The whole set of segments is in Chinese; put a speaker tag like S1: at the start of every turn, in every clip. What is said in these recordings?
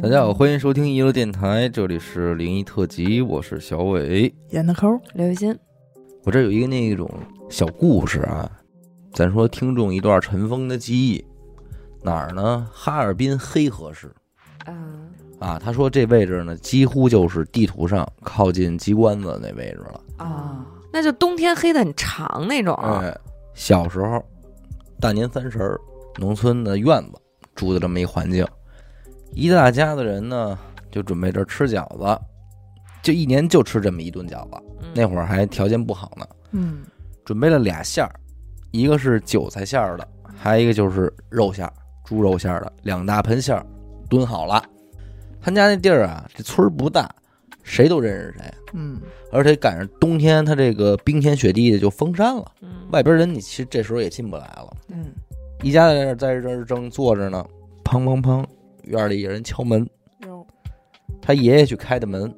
S1: 大家好，欢迎收听一路电台，这里是灵异特辑，我是小伟。
S2: 演的抠，
S3: 刘雨欣，
S1: 我这有一个那种小故事啊，咱说听众一段尘封的记忆，哪儿呢？哈尔滨黑河市
S3: 啊，
S1: 啊。他说这位置呢，几乎就是地图上靠近鸡冠子那位置了。
S3: 啊，那就冬天黑的很长那种，
S1: 哎，小时候，大年三十儿，农村的院子住的这么一环境，一大家子人呢，就准备着吃饺子，就一年就吃这么一顿饺子。
S3: 嗯
S1: 那会儿还条件不好呢，
S2: 嗯，
S1: 准备了俩馅儿，一个是韭菜馅儿的，还有一个就是肉馅儿，猪肉馅儿的，两大盆馅儿炖好了。他家那地儿啊，这村儿不大，谁都认识谁，
S2: 嗯，
S1: 而且赶上冬天，他这个冰天雪地的就封山了，
S3: 嗯
S1: 外边人你其实这时候也进不来了。
S2: 嗯，
S1: 一家在这儿在这儿正坐着呢，砰砰砰，院儿里有人敲门，
S2: 有，
S1: 他爷爷去开的门，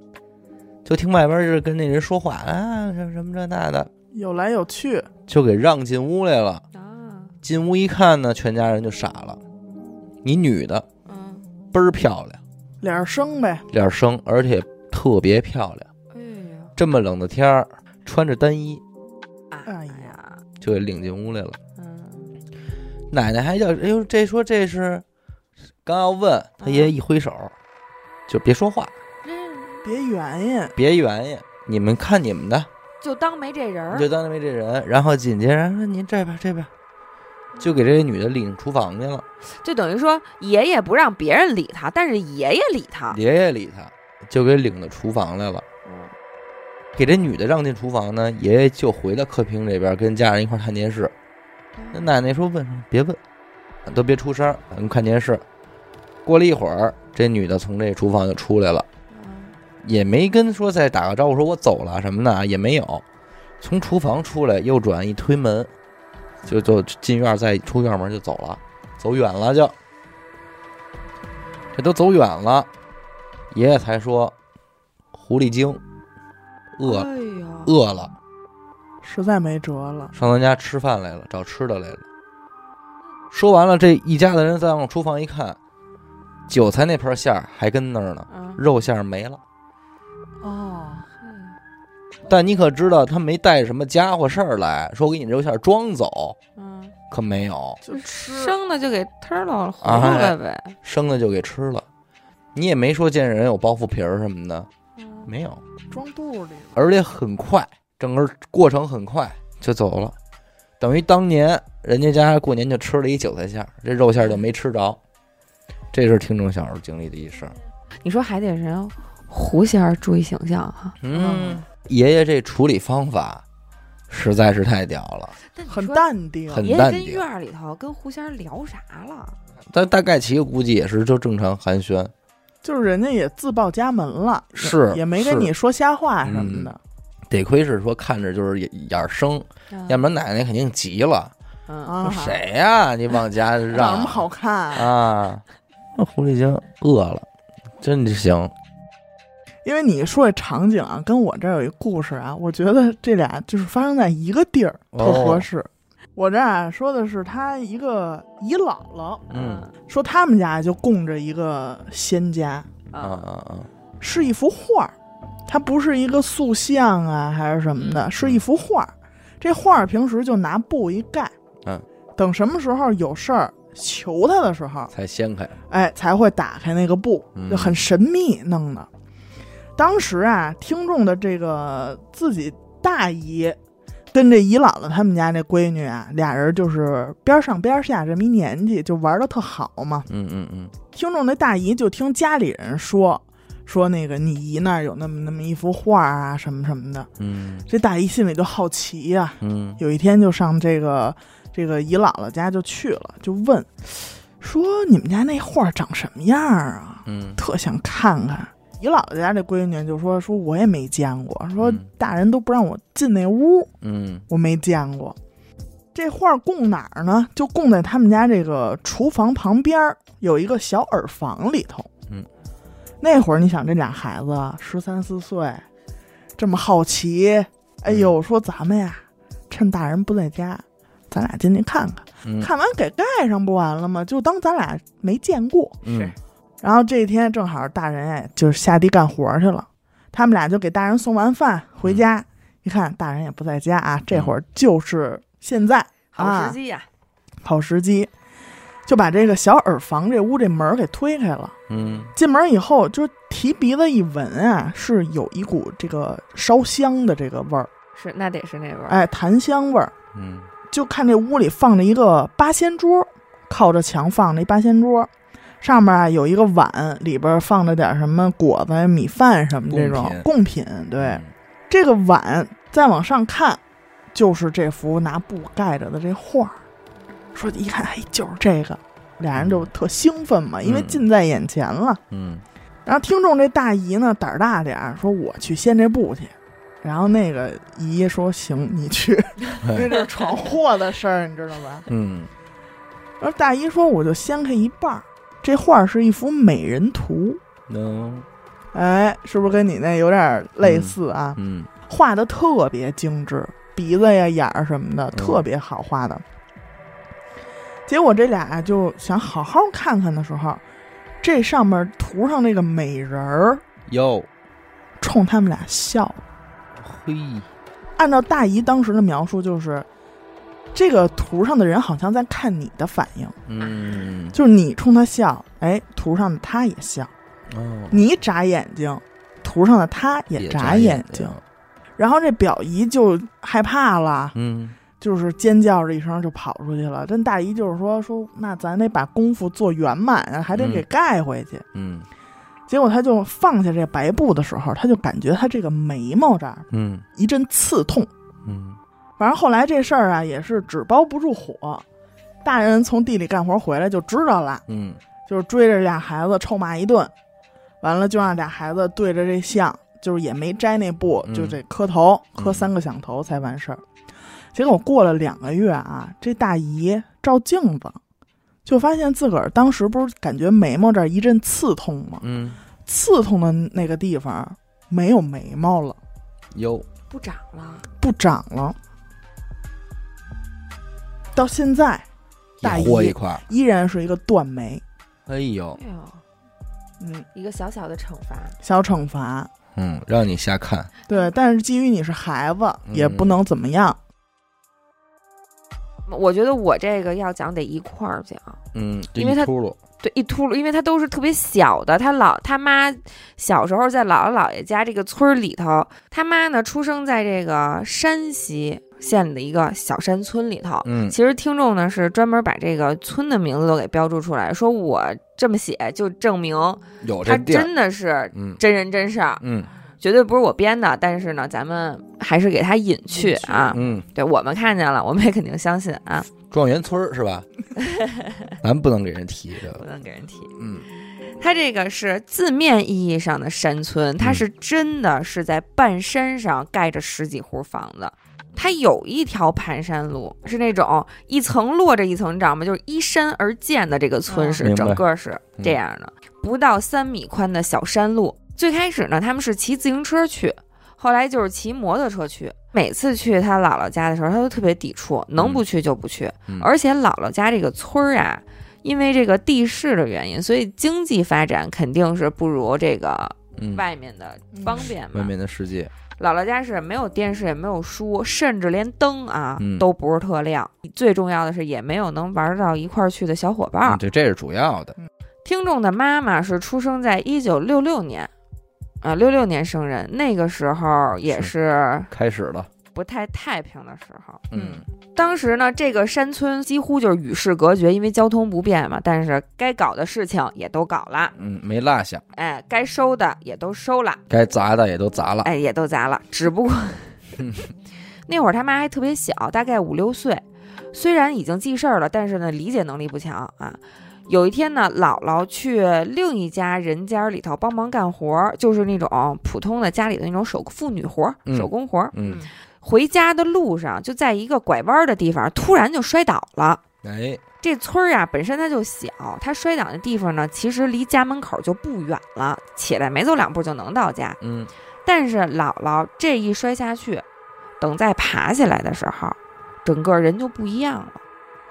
S1: 就听外边儿就是跟那人说话啊，什么什么这那的，
S2: 有来有去，
S1: 就给让进屋来了。
S3: 啊，
S1: 进屋一看呢，全家人就傻了。你女的
S3: 嗯，
S1: 倍儿漂亮，
S2: 脸儿生呗，
S1: 脸生，而且特别漂亮。
S3: 哎呀，
S1: 这么冷的天儿，穿着单衣
S2: 哎
S3: 呀，
S1: 就给领进屋来了。
S3: 嗯，
S1: 奶奶还叫，哎呦，这说这是，刚要问他爷爷一挥手，就别说话，
S3: 这
S2: 别圆呀，
S1: 别圆呀，你们看你们的，
S3: 就当没这人
S1: 你
S3: 儿，
S1: 就当没这人。然后紧接着说您这边这边，就给这女的领厨房去了。
S3: 就等于说爷爷不让别人理他，但是爷爷理他，
S1: 爷爷理他，就给领到厨房来了。
S3: 嗯
S1: 给这女的让进厨房呢，爷爷就回到客厅这边跟家人一块儿看电视。那奶奶说问什么别问，都别出声，咱们看电视。过了一会儿，这女的从这厨房就出来了，
S3: 嗯
S1: 也没跟说再打个招呼说我走了什么的啊也没有。从厨房出来，右转一推门，就就进院儿再出院门就走了，走远了就。这都走远了，爷爷才说，狐狸精饿了。
S3: 哎呀，
S1: 饿了，
S2: 实在没辙了，
S1: 上咱家吃饭来了，找吃的来了。说完了，这一家子人再往厨房一看，韭菜那盘馅儿还跟那儿呢，
S3: 嗯，
S1: 肉馅儿没了。
S2: 哦，
S3: 啊
S1: 但你可知道，他没带什么家伙事儿来，说我给你肉馅儿装走，
S3: 嗯，
S1: 可没有，
S2: 就吃，
S3: 生的就给吞了葫芦了呗，
S1: 生的就给吃了。你也没说见人有包袱皮儿什么的，
S3: 嗯
S1: 没有，
S2: 装肚里了，
S1: 而且很快，整个过程很快就走了，等于当年人家家过年就吃了一韭菜馅儿，这肉馅儿就没吃着。这是听众小时候经历的一事儿。
S3: 你说还得人狐仙儿注意形象啊哈，
S1: 嗯，爷爷这处理方法实在是太屌了。
S3: 但你
S2: 很
S3: 说
S2: 淡定，
S1: 很
S3: 爷
S1: 淡
S3: 爷跟
S1: 定
S3: 院儿里头跟狐仙儿聊啥了？
S1: 但大概其估计也是就正常寒暄，
S2: 就是人家也自报家门了，
S1: 是嗯
S2: 也没跟你说瞎话什么的，
S1: 得亏是说看着就是眼眼儿生，要不然奶奶肯定急了，
S3: 嗯，
S2: 嗯啊，
S1: 说谁呀、你往 家
S2: 长什
S1: 让
S2: 么好看啊？
S1: 啊？那狐狸精饿了，真行。
S2: 因为你说这场景啊，跟我这儿有一故事啊，我觉得这俩就是发生在一个地儿，特
S1: 哦
S2: 合适。我这儿啊说的是他一个姨姥姥，
S1: 嗯
S2: 说他们家就供着一个仙家，
S3: 嗯
S1: 啊啊啊！
S2: 是一幅画儿，它不是一个塑像啊还是什么
S1: 嗯
S2: 的，是一幅画儿。这画儿平时就拿布一盖，
S1: 嗯，
S2: 等什么时候有事儿求他的时候，
S1: 才掀开。
S2: 哎，才会打开那个布，
S1: 嗯
S2: 就很神秘弄的。当时啊，听众的这个自己大姨跟这姨姥姥他们家那闺女啊，俩人就是边上边下这么一年纪，就玩的特好嘛。
S1: 嗯嗯嗯
S2: 听众那大姨就听家里人说，说那个你姨那儿有那么那么一幅画啊，什么什么的。
S1: 嗯
S2: 这大姨心里就好奇呀、
S1: 嗯
S2: 有一天就上这个这个姨姥姥家就去了，就问说你们家那画长什么样儿啊？
S1: 嗯
S2: 特想看看。姨姥姥家这闺女就说说我也没见过，说
S1: 嗯
S2: 大人都不让我进那屋，
S1: 嗯
S2: 我没见过。这画供哪儿呢？就供在他们家这个厨房旁边儿有一个小耳房里头。
S1: 嗯，
S2: 那会儿你想这俩孩子十三四岁，这么好奇，哎
S1: 嗯
S2: 呦，说咱们呀，趁大人不在家，咱俩进去看看，
S1: 嗯，
S2: 看完给盖上不完了吗？就当咱俩没见过。
S1: 嗯
S2: 然后这一天正好大人哎就是下地干活去了，他们俩就给大人送完饭回家，一看大人也不在家啊，这会儿就是现在
S3: 好时机呀、
S2: 好时机，就把这个小耳房这屋这门儿给推开了。
S1: 嗯
S2: 进门以后，就是提鼻子一闻啊，是有一股这个烧香的这个味儿，
S3: 是那得是那味儿。
S2: 哎，檀香味儿。
S1: 嗯
S2: 就看这屋里放着一个八仙桌，靠着墙放着一八仙桌，上面啊有一个碗，里边放着点什么果子、米饭什么这种贡品。对，
S1: 嗯
S2: 这个碗再往上看，就是这幅拿布盖着的这画儿。说一看，哎，就是这个，俩人就特兴奋嘛，因为
S1: 嗯
S2: 近在眼前了。
S1: 嗯
S2: 然后听众这大姨呢胆儿大点儿，说我去掀这布去。然后那个姨说行，你去，因为这是闯祸的事儿，你知道吧？
S1: 嗯
S2: 然后大姨说我就掀开一半儿，这画儿是一幅美人图，
S1: 能
S2: 哎，是不是跟你那有点儿类似啊？
S1: 嗯
S2: 画的特别精致，鼻子呀、眼儿什么的特别好画的。结果这俩就想好好看看的时候，这上面图上那个美人儿
S1: 哟
S2: 冲他们俩笑了
S1: 嘿
S2: 按照大姨当时的描述，就是这个图上的人好像在看你的反应，
S1: 嗯
S2: 就是你冲他笑，哎，图上的他也笑；
S1: 哦
S2: 你眨眼睛，图上的他也眨眼睛。然后这表姨就害怕了，
S1: 嗯
S2: 就是尖叫着一声就跑出去了。但大姨就是说说，那咱得把功夫做圆满啊，还得给
S1: 嗯
S2: 盖回去。
S1: 嗯
S2: 结果他就放下这白布的时候，他就感觉他这个眉毛这儿
S1: 嗯
S2: 一阵刺痛。
S1: 嗯
S2: 反正后来这事儿啊，也是纸包不住火。大人从地里干活回来就知道了，
S1: 嗯
S2: 就是追着俩孩子臭骂一顿，完了就让俩孩子对着这像，就是也没摘那布，
S1: 嗯
S2: 就这磕头，
S1: 嗯
S2: 磕三个响头才完事儿。结果过了两个月啊，这大姨照镜子，就发现自个儿当时不是感觉眉毛这儿一阵刺痛吗？
S1: 嗯
S2: 刺痛的那个地方没有眉毛了，
S1: 哟
S3: 不长了，
S2: 不长了。到现在大
S1: 也
S2: 姨
S1: 豁一块儿
S2: 依然是一个断眉，
S1: 哎呦
S3: 哎呦，
S2: 嗯，
S3: 一个小小的惩罚。
S2: 小惩罚。
S1: 嗯让你瞎看
S2: 对，但是基于你是孩子，
S1: 嗯
S2: 也不能怎么样。
S3: 我觉得我这个要讲得一块儿讲，
S1: 嗯这
S3: 因为
S1: 一
S3: 他
S1: 秃噜
S3: 对，一秃噜，因为他都是特别小的，他老他妈小时候在姥姥姥爷家这个村儿里头，他妈呢出生在这个山西县的一个小山村里头。
S1: 嗯
S3: 其实听众呢是专门把这个村的名字都给标注出来，说我这么写就证明
S1: 有
S3: 他
S1: 这地儿
S3: 真的是
S1: 嗯
S3: 真人真事儿，
S1: 嗯
S3: 绝对不是我编的。但是呢，咱们还是给他隐去啊，
S1: 嗯
S3: 对我们看见了，我们也肯定相信啊，
S1: 状元村儿是 吧？咱不能给人提这
S3: 不
S1: 个
S3: 能给人提。
S1: 嗯
S3: 它这个是字面意义上的山村，它是真的是在半山上盖着十几户房子。它有一条盘山路，是那种一层落着一层，你知道吗？就是依山而建的这个村
S1: 嗯
S3: 是
S1: 明白
S3: 整个是
S1: 嗯
S3: 这样的，不到三米宽的小山路。最开始呢，他们是骑自行车去，后来就是骑摩托车去。每次去他姥姥家的时候，他都特别抵触，能不去就不去。
S1: 嗯
S3: 而且姥姥家这个村儿啊，因为这个地势的原因，所以经济发展肯定是不如这个
S1: 嗯
S3: 外面的方便嘛。
S1: 外面的世界
S3: 姥姥家是没有电视，也没有书，甚至连灯啊、
S1: 嗯
S3: 都不是特亮。最重要的是，也没有能玩到一块儿去的小伙伴儿。
S1: 嗯对这是主要的
S3: 听众的妈妈是出生在一九六六年，啊、6六六年生人，那个时候也是
S1: 开始了
S3: 不太太平的时候。
S1: 嗯
S3: 当时呢，这个山村几乎就是与世隔绝，因为交通不便嘛。但是该搞的事情也都搞了，
S1: 嗯没落下，
S3: 哎，该收的也都收了，
S1: 该砸的也都砸了
S3: 哎，也都砸了。只不过
S1: 嗯
S3: 那会儿他妈还特别小，大概五六岁，虽然已经记事儿了，但是呢，理解能力不强啊。有一天呢，姥姥去另一家人家里头帮忙干活儿，就是那种普通的家里的那种手妇女活儿、
S1: 嗯
S3: 手工活儿。
S1: 嗯
S3: 回家的路上，就在一个拐弯儿的地方，突然就摔倒了。
S1: 哎
S3: 这村儿啊，本身它就小，它摔倒的地方呢，其实离家门口就不远了，起来没走两步就能到家。
S1: 嗯
S3: 但是姥姥这一摔下去，等再爬起来的时候，整个人就不一样了。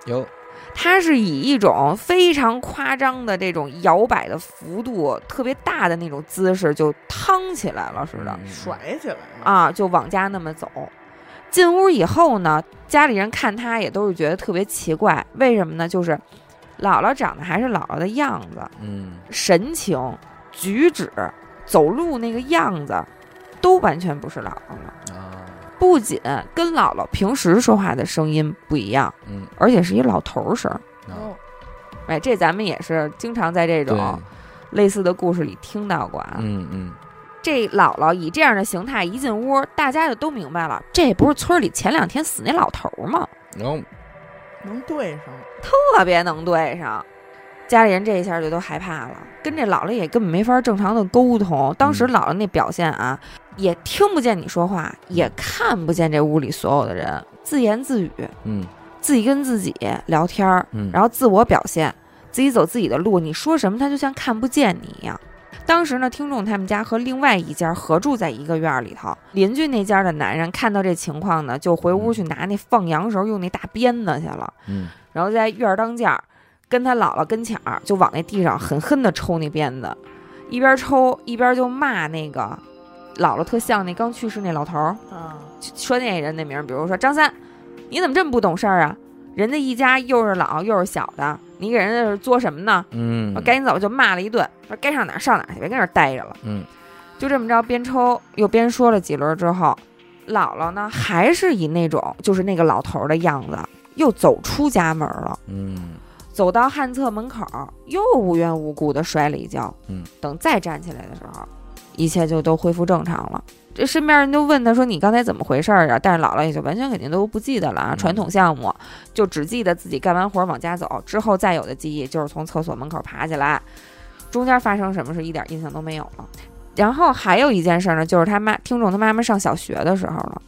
S1: 有嗯
S3: 它是以一种非常夸张的这种摇摆的幅度特别大的那种姿势就趟起来了似的，
S1: 嗯
S2: 甩起来了，
S3: 啊，就往家那么走。进屋以后呢，家里人看他也都是觉得特别奇怪，为什么呢？就是姥姥长得还是姥姥的样子，
S1: 嗯，
S3: 神情、举止、走路那个样子，都完全不是姥姥了。
S1: 啊，
S3: 不仅跟姥姥平时说话的声音不一样，
S1: 嗯，
S3: 而且是一老头儿声儿。
S1: 啊
S2: 哦
S3: 哎，这咱们也是经常在这
S1: 对，
S3: 种啊类似的故事里听到过啊。
S1: 嗯嗯，
S3: 这姥姥以这样的形态一进屋，大家就都明白了，这不是村里前两天死那老头儿吗？
S1: 然后
S2: 能对上，
S3: 特别能对上。家里人这一下就都害怕了，跟这姥姥也根本没法正常的沟通。当时
S1: 嗯
S3: 姥姥那表现啊，也听不见你说话，也看不见这屋里所有的人，自言自语，
S1: 嗯
S3: 自己跟自己聊天儿，
S1: 嗯，
S3: 然后自我表现，自己走自己的路，你说什么他就像看不见你一样。当时呢，听众他们家和另外一家合住在一个院儿里头，邻居那家的男人看到这情况呢，就回屋去拿那放羊时候用那大鞭子去了，
S1: 嗯
S3: 然后在院儿当间儿跟他姥姥跟前儿就往那地上狠狠地抽那鞭子，一边抽一边就骂那个姥姥特像那刚去世那老头儿，
S2: 啊，
S3: 说那人的名儿，比如说张三，你怎么这么不懂事儿啊？人家一家又是老又是小的，你给人家是作什么呢？
S1: 嗯，
S3: 我赶紧走，就骂了一顿，说该上哪儿上哪儿去，别跟这儿待着了。
S1: 嗯
S3: 就这么着，边抽又边说了几轮之后，姥姥呢还是以那种就是那个老头儿的样子，又走出家门了。
S1: 嗯
S3: 走到旱厕门口，又无缘无故的摔了一跤。
S1: 嗯，
S3: 等再站起来的时候，一切就都恢复正常了。这身边人都问他说：“你刚才怎么回事儿啊？”但是姥姥也就完全肯定都不记得了啊，
S1: 嗯
S3: 传统项目就只记得自己干完活儿往家走，之后再有的记忆就是从厕所门口爬起来，中间发生什么事一点印象都没有了。然后还有一件事呢，就是他妈听众他妈妈上小学的时候了，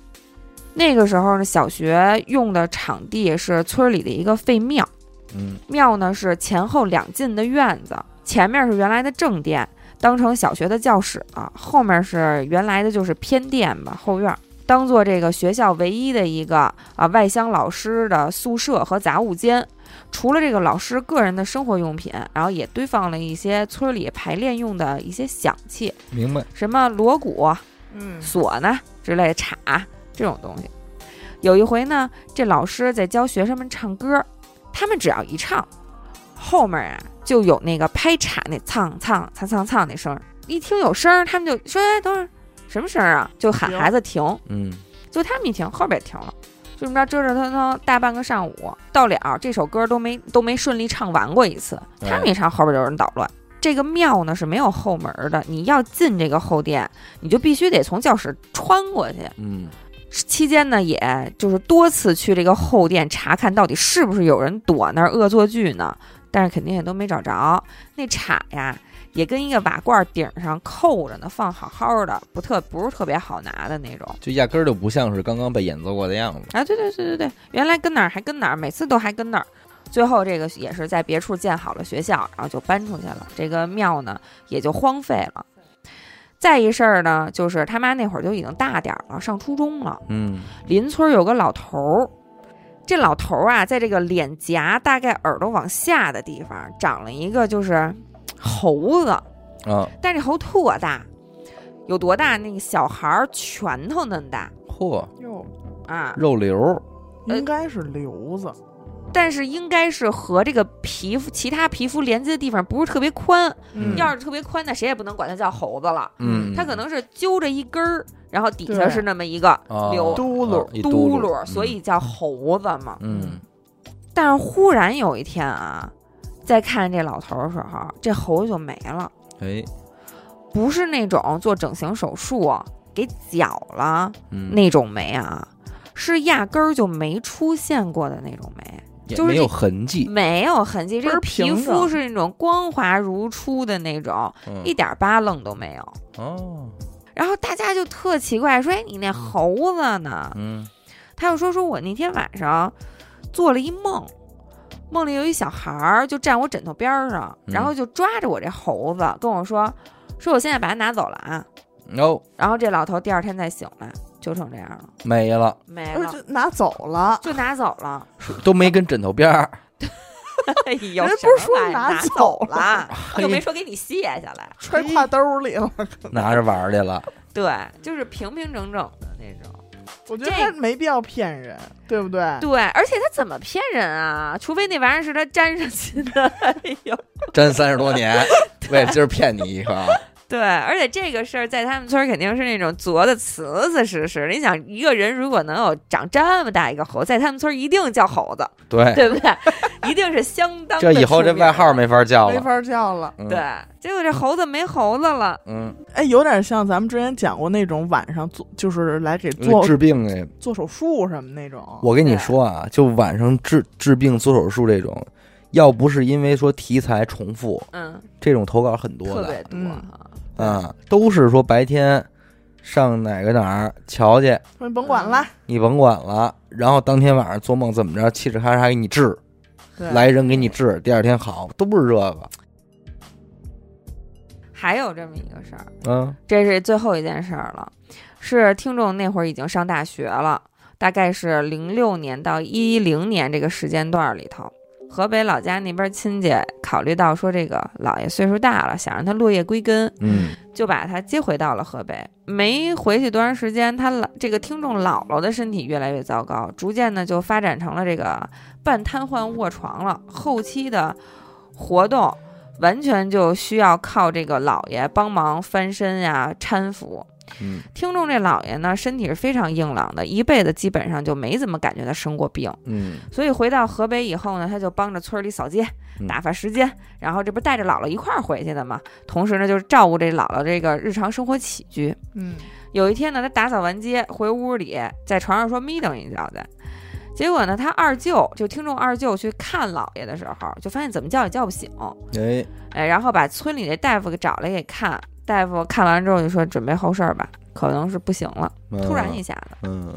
S3: 那个时候呢，小学用的场地是村里的一个废庙。
S1: 嗯
S3: 庙呢是前后两进的院子，前面是原来的正殿，当成小学的教室了；后面是原来的就是偏殿吧，后院儿当做这个学校唯一的一个啊外乡老师的宿舍和杂物间。除了这个老师个人的生活用品，然后也堆放了一些村里排练用的一些响器，
S1: 明白，
S3: 什么锣鼓、啊
S2: 嗯，
S3: 唢呐之类的镲这种东西。有一回呢，这老师在教学生们唱歌，他们只要一唱，后面啊就有那个拍镲那蹭蹭蹭蹭蹭那声儿，一听有声儿，他们就说：“哎，等会儿什么声儿啊？”就喊
S2: 停
S3: 孩子停。
S1: 嗯
S3: 就他们一停，后边也停了，就这么着折折腾腾大半个上午，到了这首歌都没都没顺利唱完过一次，
S1: 哎
S3: 他们一唱后边就有人捣乱。这个庙呢是没有后门的，你要进这个后殿，你就必须得从教室穿过去。
S1: 嗯
S3: 期间呢，也就是多次去这个后殿查看到底是不是有人躲那儿恶作剧呢，但是肯定也都没找着。那镲呀，也跟一个瓦罐顶上扣着呢，放好好的，不特不是特别好拿的那种。
S1: 就压根儿就不像是刚刚被演奏过的样子。
S3: 啊，对对对对对，原来跟哪儿还跟哪儿，每次都还跟哪儿。最后这个也是在别处建好了学校，然后就搬出去了。这个庙呢也就荒废了。再一事儿呢，就是他妈那会儿就已经大点儿了，上初中了。
S1: 嗯
S3: 邻村儿有个老头儿，这老头儿啊，在这个脸颊大概耳朵往下的地方长了一个就是猴子，
S1: 啊，
S3: 但这猴特大，有多大？那个小孩儿拳头那么大
S1: 嚯，
S2: 哟，
S3: 啊！
S1: 肉瘤儿，
S3: 呃
S2: 应该是瘤子，
S3: 但是应该是和这个皮肤其他皮肤连接的地方不是特别宽，
S2: 哎
S1: 嗯
S3: 要是特别宽，那谁也不能管它叫猴子了，
S1: 嗯，
S3: 它可能是揪着一根儿，然后底下
S2: 对
S3: 是那么一个
S1: 啊
S3: 流
S2: 嗯嘟噜
S1: 啊一噜
S3: 嘟噜，
S1: 嗯
S3: 所以叫猴子嘛。
S1: 嗯
S3: 但是忽然有一天啊，在看这老头儿的时候，这猴子就没了，
S1: 哎
S3: 不是那种做整形手术啊给绞了
S1: 嗯，
S3: 那种没啊，是压根儿就没出现过的那种没。
S1: 也
S3: 就是
S1: 没有
S3: 这
S1: 痕迹，
S3: 没有痕迹，
S2: 倍
S3: 这
S2: 儿
S3: 个皮
S2: 平
S3: 肤
S2: 整
S3: 是那种光滑如初的那种，
S1: 嗯
S3: 一点疤楞都没有。
S1: 哦，
S3: 然后大家就特奇怪，说：“哎，你那猴子呢
S1: 嗯？”
S3: 他又说：“说我那天晚上做了一梦，梦里有一小孩儿就站我枕头边儿上，
S1: 嗯
S3: 然后就抓着我这猴子跟我说，说我现在把它拿走了啊。
S1: 哦，”
S3: 然后这老头第二天再醒来，就成这样了，
S1: 没了，
S3: 没
S2: 而哎
S3: 了，
S2: 且拿走了，
S3: 就拿走了。
S1: 都没跟枕头边儿，
S3: 哎呦，
S2: 人
S3: 什
S2: 不是
S3: 么
S2: 说
S3: 玩意儿
S2: 拿
S3: 拿
S2: 走
S3: 走了，又没说给你卸下来。
S2: 揣挎兜里了。
S1: 拿着玩儿去了。
S3: 对，就是平平整整的那种。
S2: 我觉得
S3: 这
S2: 他没必要骗人，对不对？
S3: 对，而且他怎么骗人啊？除非那玩意儿是他粘上去的。哎呦，
S1: 粘三十多年，为了今儿骗你一个， 啊
S3: 对，而且这个事儿在他们村儿肯定是那种琢的瓷瓷实实。你想，一个人如果能有长这么大一个猴，在他们村儿一定叫猴 子，
S1: 对，
S3: 对不对？一定是相当
S1: 这
S3: 地
S1: 以后
S3: 出
S1: 这
S3: 名
S1: 外号
S3: 儿。
S1: 没法叫
S2: 没
S1: 了。
S2: 法叫了。
S1: 嗯，
S3: 对，结果这猴子没猴子了，
S1: 嗯，
S2: 哎，有点像咱们之前讲过那种晚上做，就是来给做
S1: 嗯治病哎那，
S2: 做手术什么那种。
S1: 我跟你
S3: 对
S1: 说啊，就晚上治治病做手术这种，要不是因为说题材重复，
S3: 嗯，
S1: 这种投稿很多
S3: 特
S1: 的
S3: 别多
S2: 嗯
S3: 哈。
S1: 啊，都是说白天上哪个哪儿瞧去，
S2: 说你甭管了，
S1: 你甭管了，然后当天晚上做梦怎么着，嘁哧咔嚓给你治，
S2: 对
S1: 来人给你治，第二天好，都不是这个，
S3: 还有这么一个事儿，
S1: 嗯
S3: 这是最后一件事儿了，是听众那会儿已经上大学了，大概是零六年到一零年这个时间段儿里头，河北老家那边亲戚考虑到说这个姥爷岁数大了，想让他落叶归根，
S1: 嗯
S3: 就把他接回到了河北。没回去多长时间，他老这个听众姥姥的身体越来越糟糕，逐渐呢就发展成了这个半瘫痪卧床了。后期的活动完全就需要靠这个姥爷帮忙翻身呀、搀扶。
S1: 嗯
S3: 听众这姥爷呢，身体是非常硬朗的，一辈子基本上就没怎么感觉他生过病。
S1: 嗯，
S3: 所以回到河北以后呢，他就帮着村里扫街
S1: 嗯、
S3: 打发时间，然后这不是带着姥姥一块儿回去的嘛，同时呢，就是照顾这姥姥这个日常生活起居。
S2: 嗯，
S3: 有一天呢，他打扫完街回屋里，在床上说眯瞪一觉去，结果呢，他二舅就听众二舅去看姥爷的时候，就发现怎么叫也叫不醒，
S1: 哎，
S3: 哎，然后把村里那大夫给找来给看，大夫看完之后就说准备后事儿吧，可能是不行了，突然一下子。
S1: 嗯，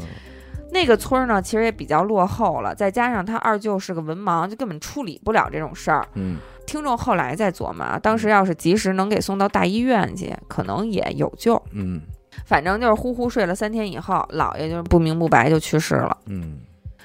S3: 那个村儿呢，其实也比较落后了，再加上他二舅是个文盲，就根本处理不了这种事儿。
S1: 嗯
S3: 听众后来在琢磨啊，当时要是及时能给送到大医院去，可能也有救。
S1: 嗯
S3: 反正就是呼呼睡了三天以后，姥爷就是不明不白就去世了。
S1: 嗯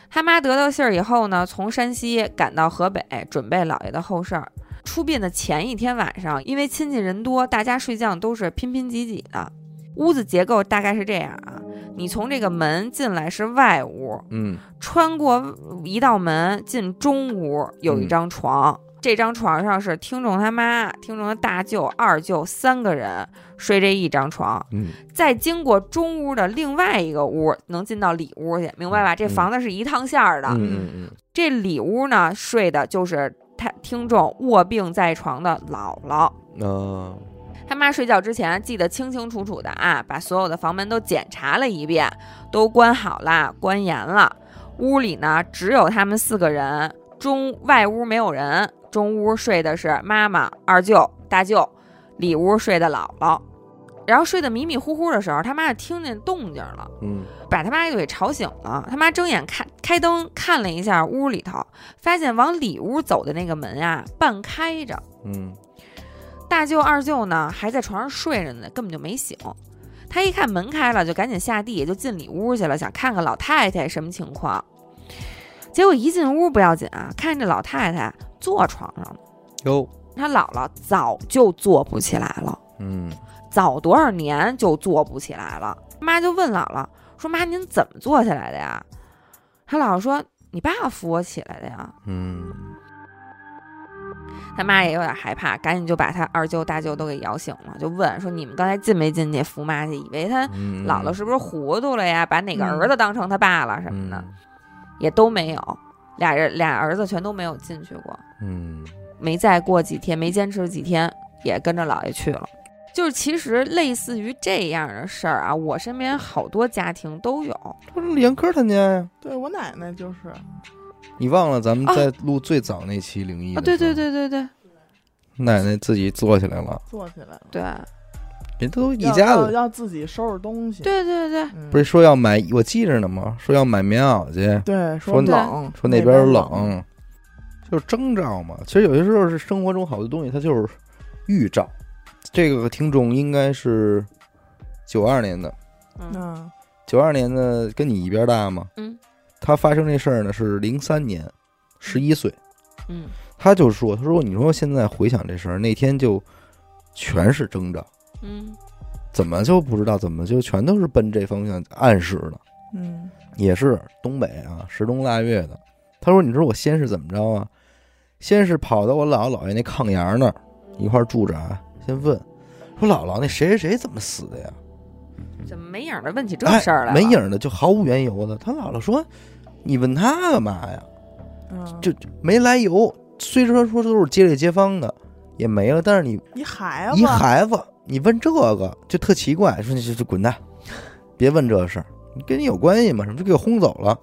S3: 他妈得到信儿以后呢，从山西赶到河北，准备姥爷的后事儿。出殡的前一天晚上，因为亲戚人多，大家睡觉都是拼拼挤挤的。屋子结构大概是这样啊，你从这个门进来是外屋，
S1: 嗯
S3: 穿过一道门进中屋，有一张床。这张床上是听众他妈、听众的大舅、二舅三个人睡这一张床，
S1: 嗯，
S3: 再经过中屋的另外一个屋，能进到里屋去，明白吧？这房子是一趟线儿的。
S1: 嗯嗯
S3: 这里屋呢，睡的就是他听众卧病在床的姥姥。
S1: 嗯，啊，
S3: 他妈睡觉之前记得清清楚楚的啊，把所有的房门都检查了一遍，都关好了，关严了。屋里呢只有他们四个人，中外屋没有人，中屋睡的是妈妈、二舅、大舅，里屋睡的姥姥。然后睡得迷迷糊糊的时候，他妈就听见动静了，
S1: 嗯
S3: 把他妈就给吵醒了。他妈睁眼看开灯看了一下屋里头，发现往里屋走的那个门啊半开着。
S1: 嗯
S3: 大舅、二舅呢还在床上睡着呢，根本就没醒。他一看门开了，就赶紧下地，就进里屋去了，想看看老太太什么情况。结果一进屋不要紧啊，看这老太太坐床上了，
S1: 哟，
S3: 她姥姥早就坐不起来了，
S1: 嗯
S3: 早多少年就坐不起来了。妈就问姥姥说：“妈，您怎么坐起来的呀？”她姥姥说：“你爸扶我起来的呀。”
S1: 嗯
S3: 他妈也有点害怕，赶紧就把他二舅、大舅都给摇醒了，就问说：“你们刚才进没进去扶妈去？以为他
S1: 嗯，
S3: 姥姥是不是糊涂了呀？把哪个儿子当成他爸了什么的，
S1: 嗯
S3: 也都没有。俩人俩儿子全都没有进去过，
S1: 嗯
S3: 没再过几天，没坚持几天，也跟着姥爷去了。就是其实类似于这样的事儿啊，我身边好多家庭都有。
S1: 这是严科他家呀。
S2: 对我奶奶就是，
S1: 你忘了咱们在录最早那期灵异
S3: 啊，对对，对对对
S1: 奶奶自己坐起来了，
S2: 坐起来了，
S3: 对
S1: 嗯人都一
S2: 要
S1: 家
S2: 要
S1: 子，
S2: 要自己收拾东西，
S3: 对对对，
S2: 嗯，
S1: 不是说要买，我记着呢吗？说要买棉袄去，
S2: 对，
S1: 说那
S2: 冷，
S1: 说那边儿冷，就是征兆嘛。其实有些时候是生活中好多东西，它就是预兆。这个听众应该是九二年的，
S3: 嗯
S2: 嗯，
S1: 九二年的跟你一边大嘛。
S3: 嗯
S1: 他发生这事儿呢是零三年，十一岁。
S3: 嗯
S1: 他就说：“他说你说现在回想这事儿，那天就全是征兆，
S3: 嗯
S1: 怎么就不知道，怎么就全都是奔这方向暗示的。
S2: 嗯
S1: 也是东北啊，十冬腊月的。他说：‘你说我先是怎么着啊？先是跑到我姥姥姥爷那炕沿儿那儿一块儿住着啊，先问说姥姥那谁谁谁怎么死的呀？
S3: 怎么没影儿的问起这
S1: 哎
S3: 事儿来了？啊
S1: 没影儿的，就毫无缘由的。’他姥姥说：‘你问他干嘛呀？
S2: 嗯，
S1: 就没来由。虽说说都是街里街坊的，也没了，但是你
S2: 一孩子
S1: 一，孩子，你问这个就特奇怪，说你就就滚蛋，别问这事儿，跟你有关系吗？什么就给我轰走了。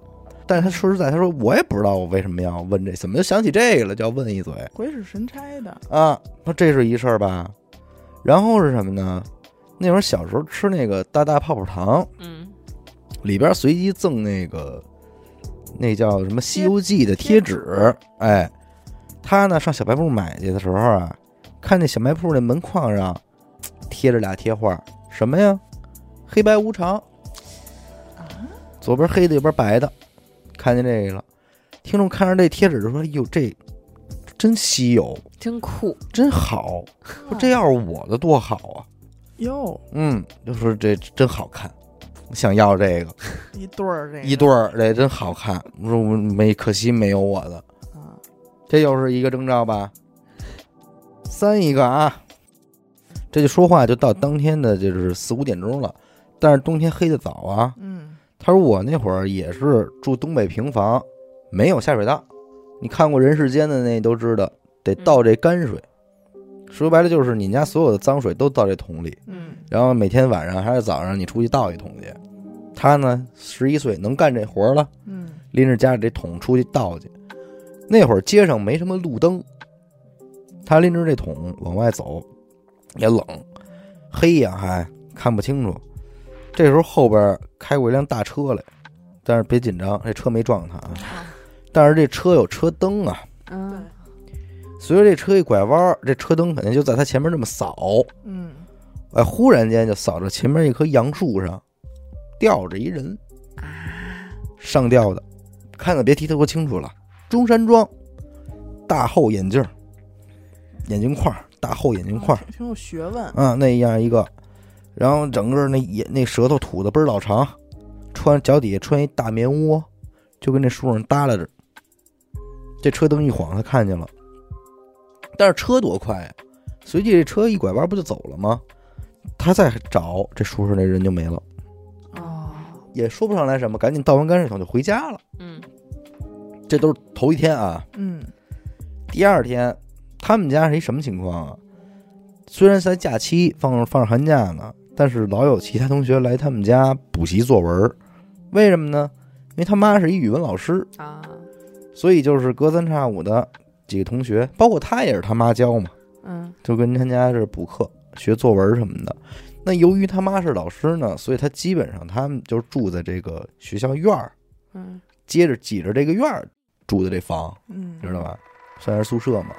S1: 但是他说实在，他说我也不知道我为什么要问这，怎么就想起这个了，就要问一嘴
S2: 鬼使神差的，
S1: 啊？说这是一事儿吧？然后是什么呢？那会儿小时候吃那个大大泡泡糖，
S3: 嗯
S1: 里边随机赠那个那叫什么《西游记》的
S2: 贴
S1: 贴
S2: 纸
S1: 纸，哎，他呢上小卖部买去的时候啊，看那小卖部那门框上贴着俩贴画，什么呀？黑白无常，左边黑的，右边白的，看见这个了。听众看着这贴纸就说：“哟，这真稀有，
S3: 真酷，嗯
S1: 真好！说这要是我的多好啊！”
S2: 哟，
S1: 嗯，就说这真好看，想要这个。
S2: 一对儿这个
S1: 一对儿，这真好看。我说我没，可惜没有我的，
S2: 啊，
S1: 这又是一个征兆吧？三一个啊，这就说话就到当天的就是四五点钟了，但是冬天黑的早啊。
S2: 嗯
S1: 他说我那会儿也是住东北平房，没有下水道，你看过《人世间》的那都知道，得倒这泔水。说白了就是你家所有的脏水都倒这桶里，
S2: 嗯
S1: 然后每天晚上还是早上你出去倒一桶去。他呢，十一岁能干这活儿了。
S2: 嗯
S1: 拎着家里这桶出去倒去。那会儿街上没什么路灯，他拎着这桶往外走，也冷，黑呀还看不清楚。这时候后边开过一辆大车来，但是别紧张，这车没撞他啊。但是这车有车灯啊，
S3: 嗯
S1: 随着这车一拐弯儿，这车灯肯定就在他前面这么扫，
S2: 嗯，
S1: 哎，忽然间就扫着前面一棵杨树上吊着一人，上吊的，看的别提多清楚了。中山装，大厚眼镜儿，眼镜框儿，大厚眼镜框儿
S2: 挺挺有学问，
S1: 啊，那样一个，然后整个那眼那舌头吐的倍儿老长，穿脚底下穿一大棉窝，就跟那树上耷拉着。这车灯一晃，他看见了，但是车多快呀、随即这车一拐弯不就走了吗？他再找这树上那人就没了，
S3: 哦
S1: 也说不上来什么，赶紧倒完泔水桶就回家了。
S3: 嗯
S1: 这都是头一天啊，
S2: 嗯
S1: 第二天，他们家是一什么情况啊？虽然是在假期放放着寒假呢，但是老有其他同学来他们家补习作文儿，为什么呢？因为他妈是一语文老师，
S3: 啊
S1: 所以就是隔三差五的几个同学，包括他也是他妈教嘛，
S3: 嗯
S1: 就跟他家这儿补课、学作文什么的。那由于他妈是老师呢，所以他基本上他们就住在这个学校院儿，
S3: 嗯
S1: 接着挤着这个院儿住的这房。
S2: 嗯，
S1: 知道吧？算是宿舍嘛。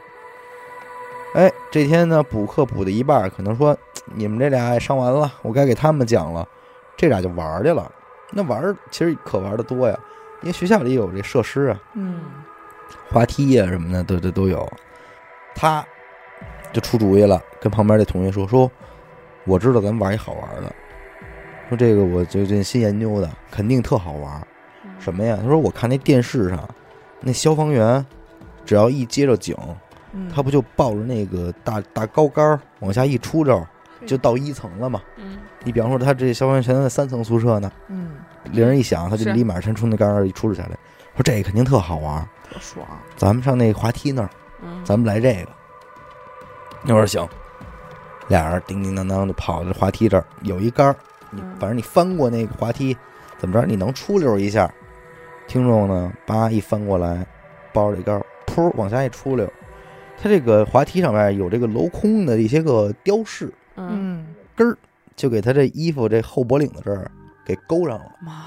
S1: 哎，这天呢，补课补到一半儿，可能说你们这俩也上完了，我该给他们讲了。这俩就玩儿去了。那玩儿其实可玩儿的多呀，因为学校里有这设施啊，
S2: 嗯
S1: 滑梯呀、什么的，都都都有。他就出主意了，跟旁边这同学说：“说我知道咱们玩一好玩的，说这个我最近新研究的，肯定特好玩。什么呀？他说我看那电视上，那消防员只要一接着警，
S2: 嗯，
S1: 他不就抱着那个大大高杆儿往下一出溜，
S2: 嗯
S1: 就到一层了嘛？
S3: 嗯
S1: 你比方说他这消防员全在三层宿舍呢，
S2: 嗯
S1: 铃儿一响，他就是立马先冲那杆儿一出溜下来，说这肯定特好玩儿，
S2: 特爽，
S1: 咱们上那滑梯那儿，
S3: 嗯
S1: 咱们来这个。那会儿行，俩人叮叮当当就跑到滑梯这儿，有一杆儿，你
S3: 嗯
S1: 反正你翻过那个滑梯，怎么着你能出溜一下。听众呢，叭一翻过来，抱着这杆儿，噗往下一出溜。它这个滑梯上面有这个镂空的一些个雕饰，
S3: 嗯
S2: 嗯
S1: 就给他这衣服这后脖领子这儿给勾上了。
S3: 妈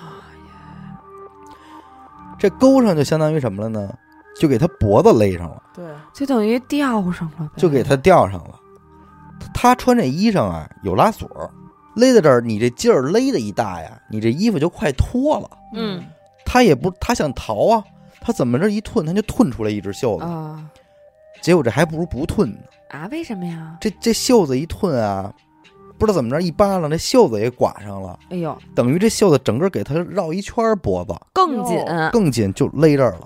S1: 这勾上就相当于什么了呢？就给他脖子勒上了，
S2: 对，
S3: 就等于吊上了呗，
S1: 就给他吊上了。他穿这衣裳啊有拉锁，勒在这儿，你这劲儿勒的一大呀，你这衣服就快脱了。
S3: 嗯
S1: 他也不，他想逃啊，他怎么着一褪，他就褪出来一只袖子。
S3: 啊
S1: 结果这还不如不褪呢。
S3: 啊？为什么呀？
S1: 这这袖子一褪啊，不知道怎么着一扒拉，那袖子也刮上了，
S3: 哎呦，
S1: 等于这袖子整个给他绕一圈儿脖子，
S3: 更紧，
S1: 更紧就勒这儿了。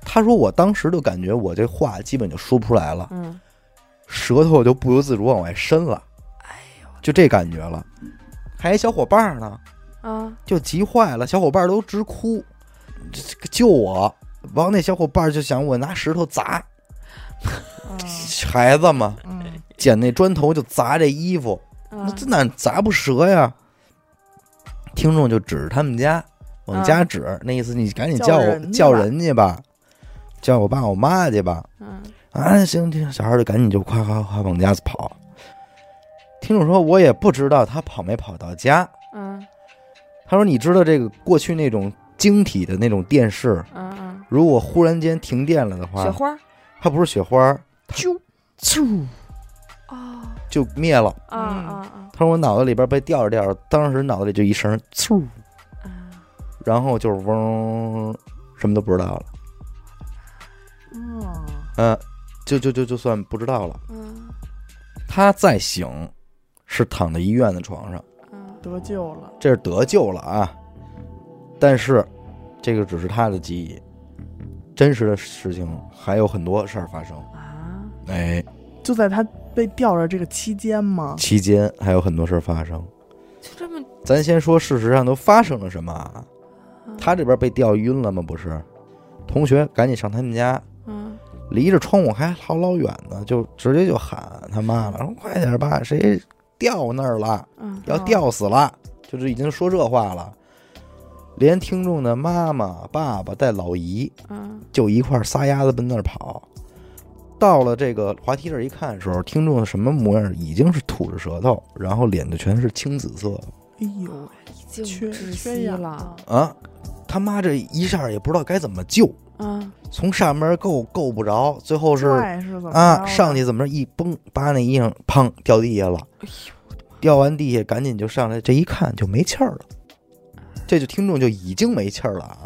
S1: 他说：“我当时就感觉我这话基本就说不出来了，
S3: 嗯，
S1: 舌头就不由自主往外伸了，哎呦，就这感觉了。还一小伙伴呢，
S3: 啊，
S1: 就急坏了，小伙伴都直哭，这这救我！完，那小伙伴就想我拿石头砸
S3: 嗯
S1: 孩子嘛，
S2: 嗯
S1: 捡那砖头就砸这衣服，那
S3: 啊
S1: 这哪砸不折呀？听众就指着他们家，往家指，那意思你赶紧
S2: 嗯叫
S1: 叫我
S2: 人去
S1: 叫
S2: 吧
S1: 人去吧，叫我爸我妈去吧。
S3: 嗯，
S1: 啊，行，这小孩就赶紧就夸夸夸往家跑。听众说，我也不知道他跑没跑到家。
S3: 嗯，
S1: 他说，你知道这个过去那种晶体的那种电视，
S3: 嗯，嗯，
S1: 如果忽然间停电了的
S3: 雪
S1: 话，
S3: 花儿，
S1: 它不是雪花
S2: 啾啾，
S3: 哦，
S1: 就灭了。
S3: 啊啊
S1: 他说我脑子里边被吊着吊着，当时脑子里就一声嗖，
S3: 啊啊，
S1: 然后就是嗡，什么都不知道了。
S2: 哦，
S1: 嗯、就就就就算不知道了。
S3: 嗯
S1: 他再醒，是躺在医院的床上。
S3: 嗯，
S2: 得救了，
S1: 这是得救了啊，但是这个只是他的记忆，真实的事情还有很多事儿发生。
S3: 啊，
S1: 哎，
S2: 就在他被吊着这个期间吗？
S1: 期间还有很多事儿发生。
S3: 就这么，
S1: 咱先说事实上都发生了什么啊？他这边被吊晕了吗？不是，同学赶紧上他们家，
S3: 嗯，
S1: 离着窗户还好老远呢，就直接就喊他妈了，说快点吧，谁掉那儿了？
S3: 嗯，
S1: 要吊死了，就是已经说这话了。连听众的妈妈、爸爸带老姨
S3: 嗯，
S1: 就一块儿撒丫子奔那儿跑。到了这个滑梯这儿一看的时候，听众什么模样？已经是吐着舌头，然后脸就全是青紫色
S2: 哎呦，
S3: 已经
S2: 缺
S3: 窒
S2: 缺
S3: 息
S2: 氧
S3: 了，，
S1: 啊！他妈这一下也不知道该怎么救，
S3: 嗯，
S1: 从上面够够不着，最后是
S2: 拽是怎么
S1: 啊
S2: 着
S1: 上去怎么着一崩，扒那衣裳砰掉地下了。
S3: 哎呦，
S1: 掉完地下，赶紧就上来，这一看就没气儿了，这就听众就已经没气儿了啊。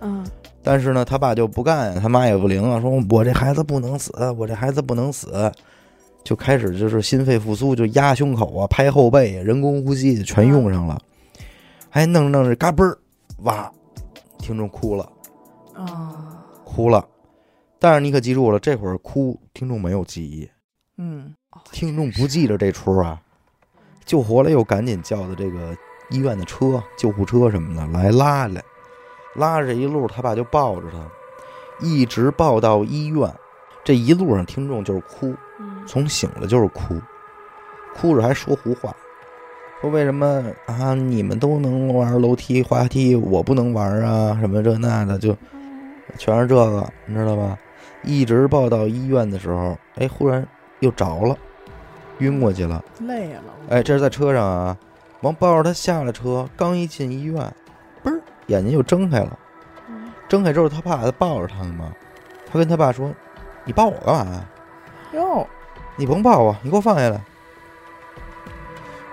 S3: 嗯
S1: 但是呢，他爸就不干，他妈也不灵啊，说我这孩子不能死，我这孩子不能死，就开始就是心肺复苏，就压胸口啊，拍后背啊，人工呼吸就全用上了，还弄着弄着嘎嘣儿，哇，听众哭了，
S2: 啊，
S3: 嗯
S1: 哭了。但是你可记住了，这会儿哭，听众没有记忆，
S2: 嗯，
S3: 哦
S1: 听众不记着这出啊，救活了又赶紧叫的这个医院的车、救护车什么的来拉来，拉着这一路，他爸就抱着他，一直抱到医院。这一路上，听众就是哭，
S3: 嗯
S1: 从醒了就是哭，哭着还说胡话，说为什么啊？你们都能玩楼梯、滑梯，我不能玩啊？什么这那的，就全是这个，你知道吧？一直抱到医院的时候，哎，忽然又着了，晕过去了。
S2: 累了，
S1: 哎，这是在车上啊，王抱着他下了车，刚一进医院，嘣儿眼睛就睁开了。睁开之后，他爸他抱着他呢嘛，他跟他爸说：“你抱我干嘛呀？”
S2: 哟，
S1: 你甭抱我，你给我放下来。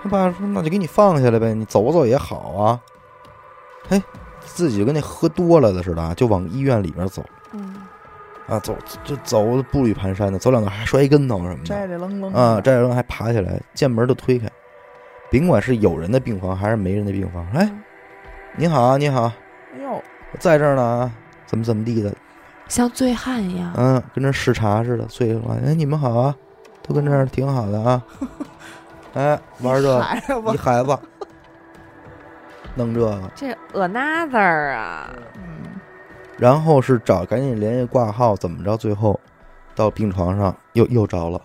S1: 他爸说：“那就给你放下来呗，你走走也好啊。”嘿，自己就跟那喝多了的似的啊，就往医院里边走
S3: 嗯
S1: 啊，走就走得步履蹒跚的，走两步还摔一跟头什么
S2: 摘
S1: 的
S2: 着愣愣
S1: 啊，
S2: 这
S1: 这人还爬起来，见门就推开，甭管是有人的病房还是没人的病房，哎，你好啊，你好，
S2: 哟，
S1: 我在这儿呢啊，怎么怎么地的，
S3: 像醉汉一样，
S1: 嗯，跟这儿视察似的，所以说，哎，你们好啊，都跟这儿挺好的 啊，哎，玩这
S2: 孩子吧
S1: 一，孩子，弄这个，
S3: 这 another 啊，
S2: 嗯，
S1: 然后是找赶紧联系挂号，怎么着？最后到病床上又又着了，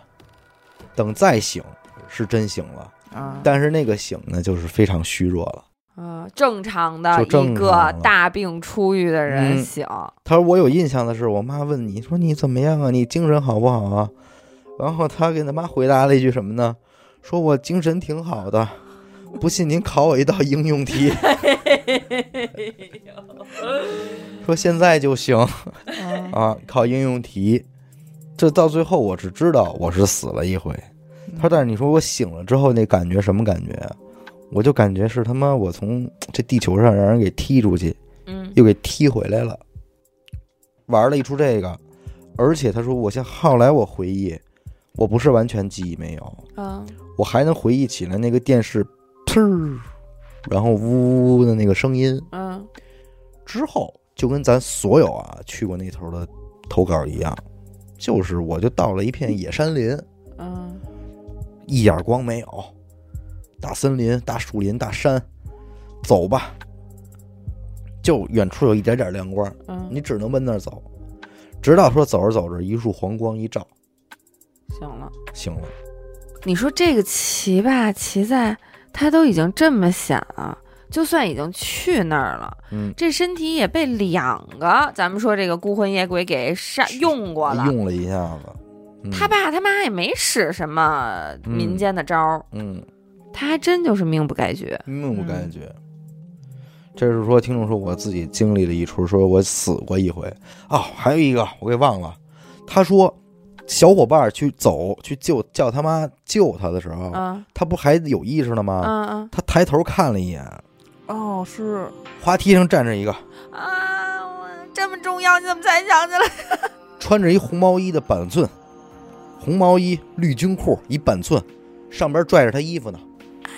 S1: 等再醒是真醒了，
S2: 啊，
S1: 但是那个醒呢，就是非常虚弱了。
S3: 嗯，正常的
S1: 就
S3: 一
S1: 正
S3: 个
S1: 常了
S3: 大病初愈的人
S1: 嗯
S3: 醒，
S1: 他说我有印象的是，我妈问你说你怎么样啊？你精神好不好啊？然后他给他妈回答了一句什么呢？说我精神挺好的，不信您考我一道应用题，说现在就行。
S2: 啊
S1: 啊，考应用题。这到最后我是知道我是死了一回。
S2: 嗯
S1: 他说但是你说我醒了之后那感觉什么感觉啊？我就感觉是他妈我从这地球上让人给踢出去，
S3: 嗯
S1: 又给踢回来了。玩了一出这个，而且他说，我现后来我回忆，我不是完全记忆没有，
S3: 啊，
S1: 我还能回忆起来那个电视呲儿，然后呜呜的那个声音。
S3: 嗯，
S1: 之后就跟咱所有啊去过那头的投稿一样，就是我就到了一片野山林，
S3: 嗯，
S1: 一点光没有，大森林、大树林、大山，走吧。就远处有一点点亮光，
S3: 嗯，
S1: 你只能奔那儿走，直到说走着走着，一束黄光一照，
S3: 行了。
S1: 醒了。
S3: 你说这个棋吧，棋在他都已经这么想了，就算已经去那儿了，
S1: 嗯，
S3: 这身体也被两个咱们说这个孤魂野鬼给杀用过了。
S1: 用了一下子。嗯、
S3: 他爸他妈也没使什么民间的招儿，
S1: 嗯，
S3: 他还真就是命不该绝。
S1: 那种感觉。这是说，听众说我自己经历了一出，说我死过一回哦，还有一个我给忘了。他说，小伙伴去走去救叫他妈救他的时候，
S3: 嗯
S1: 他不还有意识了吗？
S3: 嗯
S1: 他抬头看了一眼，
S2: 哦，是
S1: 滑梯上站着一个
S3: 嗯啊！我这么重要，你怎么才想起来？
S1: 穿着一红毛衣的板寸，红毛衣、绿军裤、一板寸，上边拽着他衣服呢。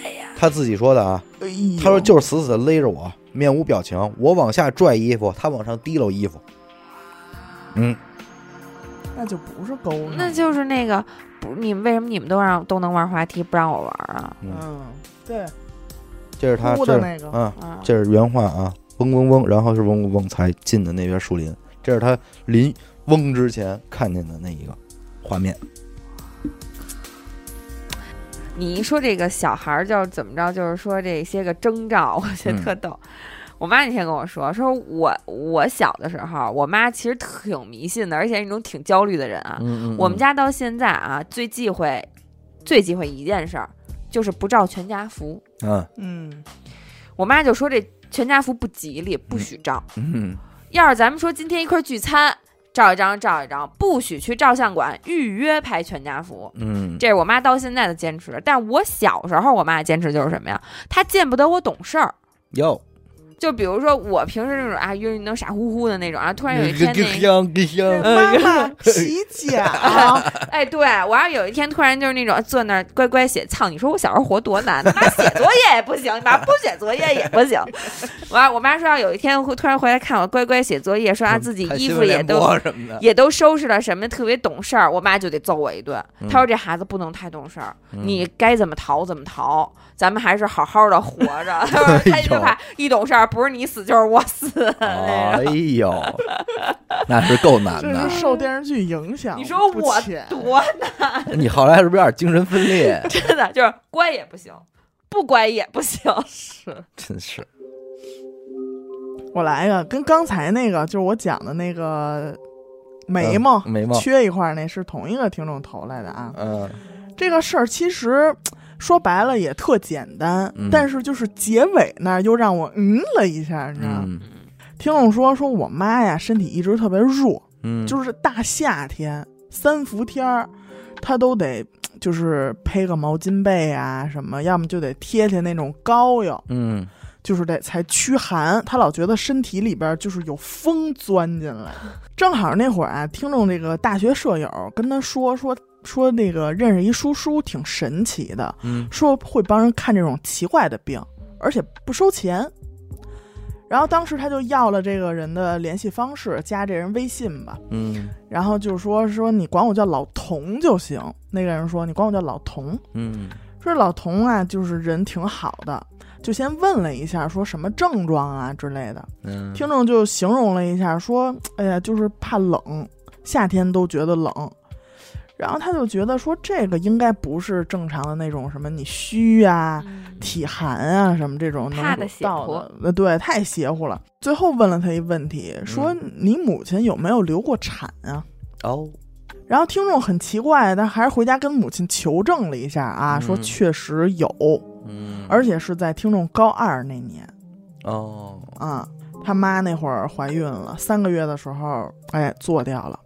S1: 哎呀，他自己说的啊。
S3: 哎
S1: 他说就是死死的勒着我，面无表情，我往下拽衣服，他往上提溜衣服。嗯，
S2: 那就不是勾呢，
S3: 那就是那个不，你们为什么你们都让都能玩滑梯，不让我玩啊？
S2: 嗯，对，
S1: 这是他，
S2: 哭
S1: 这
S2: 的
S1: 是
S2: 那个，
S1: 嗯，
S3: 啊，
S1: 这是原话啊，嗡嗡嗡，然后是嗡嗡嗡才进的那边树林，这是他临嗡之前看见的那一个画面。
S3: 你一说这个小孩儿就是怎么着，就是说这些个征兆，我觉得
S1: 嗯
S3: 特逗。我妈那天跟我说，说我我小的时候，我妈其实挺迷信的，而且是那种挺焦虑的人啊。
S1: 嗯
S3: 我们家到现在啊，最忌讳最忌讳一件事儿，就是不照全家福。
S1: 嗯
S2: 嗯，
S3: 我妈就说这全家福不吉利，不许照。
S1: 嗯
S3: 要是咱们说今天一块儿聚餐，照一张照一张，不许去照相馆预约拍全家福。
S1: 嗯
S3: 这是我妈到现在的坚持。但我小时候，我妈的坚持就是什么呀？她见不得我懂事儿。
S1: 哟，
S3: 就比如说我平时那种啊晕晕能傻乎乎的那嗯种啊，突然有一天
S1: 给
S3: 那
S1: 香给香，
S3: 呃
S2: 妈妈洗 脚，
S3: 哎，对我要有一天突然就是那种坐那儿乖乖写操，你说我小时候活多难？他妈写作业也不行，你妈不写作业也不行。完，我妈说要有一天会突然回来看我乖乖写作业，说啊自己
S1: 看
S3: 衣
S1: 嗯新
S3: 服
S1: 闻
S3: 也
S1: 联
S3: 都
S1: 播什么的，
S3: 也都收拾了什么，特别懂事儿，我妈就得揍我一顿。
S1: 嗯
S3: 她说这孩子不能太懂事儿，
S1: 嗯
S3: 你该怎么逃怎么逃，咱们还是好好的活着。 她说她就怕一懂事儿，不是你死就是我死。
S1: 哎呦，那是够难
S2: 这
S1: 的
S2: 是。受电视剧影响。
S3: 你说
S2: 不
S3: 我
S2: 浅
S3: 多
S1: 你后来是不是有点精神分 裂？
S3: 真的就是乖也不行，不乖也不行。 是，
S1: 真是，
S2: 我来一个，跟刚才那个就是我讲的那个眉毛
S1: 嗯眉毛
S2: 缺一块儿那是同一个听众投来的啊。
S1: 嗯
S2: 这个事儿其实说白了也特简单，
S1: 嗯
S2: 但是就是结尾那儿又让我嗯了一下，你知道吗？
S1: 嗯
S2: 听众说说我妈呀身体一直特别弱，
S1: 嗯，
S2: 就是大夏天三伏天儿，她都得就是披个毛巾被啊什么，要么就得贴贴那种膏药。
S1: 嗯
S2: 就是得才驱寒，他老觉得身体里边就是有风钻进来。 正好那会儿啊，听众这个大学舍友跟他说说说那个认识一叔叔挺神奇的，
S1: 嗯
S2: 说会帮人看这种奇怪的病，而且不收钱。然后当时他就要了这个人的联系方式，加这人微信吧。
S1: 嗯
S2: 然后就说说你管我叫老童就行。那个人说你管我叫老童，
S1: 嗯
S2: 说老童啊，就是人挺好的，就先问了一下，说什么症状啊之类的。
S1: 嗯，
S2: 听众就形容了一下，说，哎呀，就是怕冷，夏天都觉得冷。然后他就觉得说，这个应该不是正常的那种什么你虚啊、体寒啊什么这种
S3: 嗯怕
S2: 能
S3: 得邪
S2: 到
S3: 乎
S2: 的，呃，对，太邪乎了。最后问了他一问题，说你母亲有没有流过产啊？
S1: 哦，
S2: 然后听众很奇怪，但还是回家跟母亲求证了一下啊，说
S1: 嗯
S2: 确实有，
S1: 嗯，
S2: 而且是在听众高二那年
S1: 哦，
S2: 啊，他妈那会儿怀孕了，三个月的时候，哎，做掉了。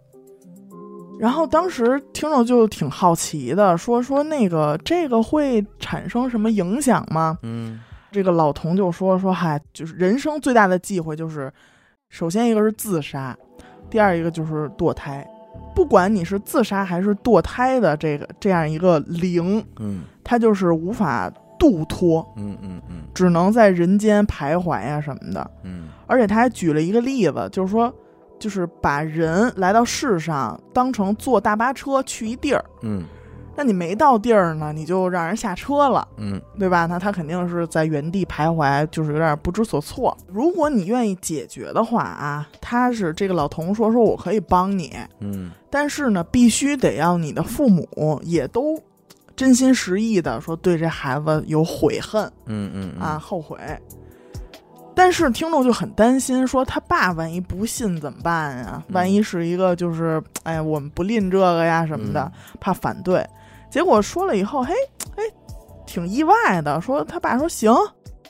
S2: 然后当时听众就挺好奇的，说说那个这个会产生什么影响吗？
S1: 嗯
S2: 这个老童就说说，嗨，就是人生最大的忌讳就是，首先一个是自杀，第二一个就是堕胎，不管你是自杀还是堕胎的这个这样一个灵，
S1: 嗯
S2: 它就是无法度脱，
S1: 嗯嗯嗯
S2: 只能在人间徘徊呀、什么的。
S1: 嗯
S2: 而且他还举了一个例子，就是说，就是把人来到世上当成坐大巴车去一地儿，
S1: 嗯
S2: 那你没到地儿呢，你就让人下车了。
S1: 嗯
S2: 对吧？那他肯定是在原地徘徊，就是有点不知所措。如果你愿意解决的话啊，他是这个老童说说我可以帮你，
S1: 嗯
S2: 但是呢，必须得要你的父母也都真心实意的说对这孩子有悔恨
S1: 嗯嗯
S2: 啊，，后悔。但是听众就很担心，说他爸万一不信怎么办呀？
S1: 嗯
S2: 万一是一个就是哎，我们不吝这个呀什么的，
S1: 嗯
S2: 怕反对。结果说了以后，嘿，哎，挺意外的，说他爸说行。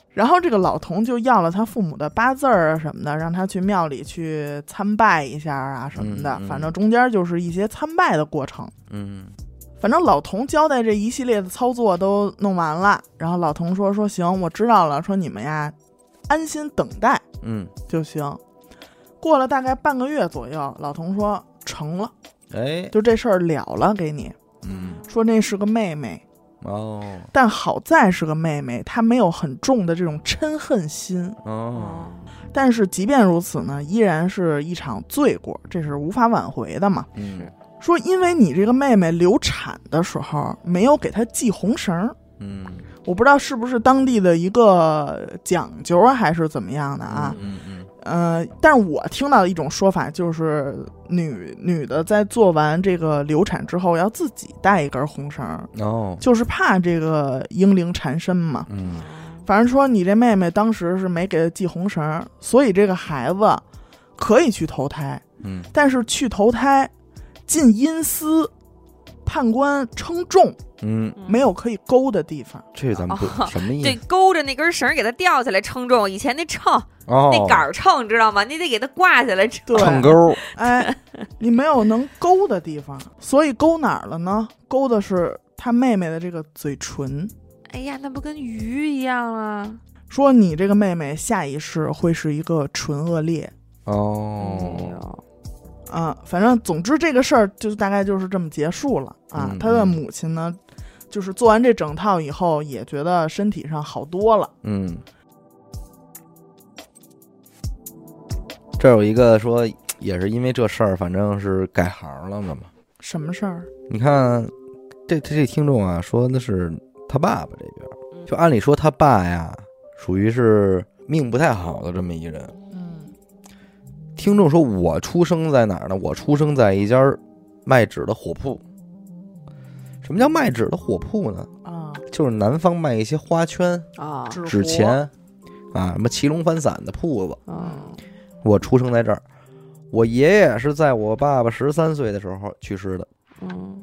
S2: 然后这个老童就要了他父母的八字儿啊什么的，让他去庙里去参拜一下啊什么的
S1: 嗯。嗯
S2: 反正中间就是一些参拜的过程。
S1: 嗯
S2: 反正老童交代这一系列的操作都弄完了，然后老童说说行，我知道了，说你们呀，安心等待
S1: 嗯，
S2: 就行。过了大概半个月左右，老童说成了，
S1: 哎，
S2: 就这事儿了了，给你
S1: 嗯
S2: 说那是个妹妹，
S1: 哦
S2: 但好在是个妹妹，她没有很重的这种嗔恨心。
S1: 哦，
S2: 但是即便如此呢，依然是一场罪过，这是无法挽回的嘛。
S1: 嗯
S2: 说因为你这个妹妹流产的时候没有给她系红绳儿，
S1: 嗯
S2: 我不知道是不是当地的一个讲究啊，还是怎么样的啊？
S1: 嗯嗯
S2: 呃，但是我听到的一种说法就是女女的在做完这个流产之后要自己带一根红绳儿，
S1: 哦，
S2: 就是怕这个婴灵缠身嘛。
S1: 嗯
S2: 反正说你这妹妹当时是没给她系红绳儿，所以这个孩子可以去投胎，
S1: 嗯
S2: 但是去投胎进阴司，判官称重，
S1: 嗯，
S2: 没有可以勾的地方。
S1: 这咱们不
S2: 哦
S1: 什么意
S3: 这
S1: 思？
S3: 勾着那根绳儿给它吊起来称重，以前那秤
S1: 哦，
S3: 那杆儿秤你知道吗？你得给它挂起来称。
S2: 对，
S1: 秤钩，
S2: 哎，你没有能勾的地方，所以勾哪儿了呢？勾的是他妹妹的这个嘴唇。
S3: 哎呀，那不跟鱼一样啊？
S2: 说你这个妹妹下一世会是一个唇腭裂，
S3: 哎
S1: 哦，
S3: 呦
S2: 啊，反正总之这个事儿就大概就是这么结束了啊。
S1: 嗯
S2: 他的母亲呢，就是做完这整套以后，也觉得身体上好多了。
S1: 嗯，这有一个说也是因为这事儿，反正是改行了嘛嘛。
S2: 什么事儿？
S1: 你看这这这听众啊，说的是他爸爸这边儿，
S3: 嗯
S1: 就按理说他爸呀，属于是命不太好的这么一人。
S2: 嗯
S1: 听众说：“我出生在哪儿呢？我出生在一家卖纸的火铺。什么叫卖纸的火铺呢？
S2: 啊，
S1: 就是南方卖一些花圈、
S3: 啊，
S2: 纸
S1: 纸
S2: 活
S1: 钱啊，什么骑龙翻伞的铺子。
S3: 嗯
S1: 我出生在这儿。我爷爷是在我爸爸十三岁的时候去世的，
S3: 嗯，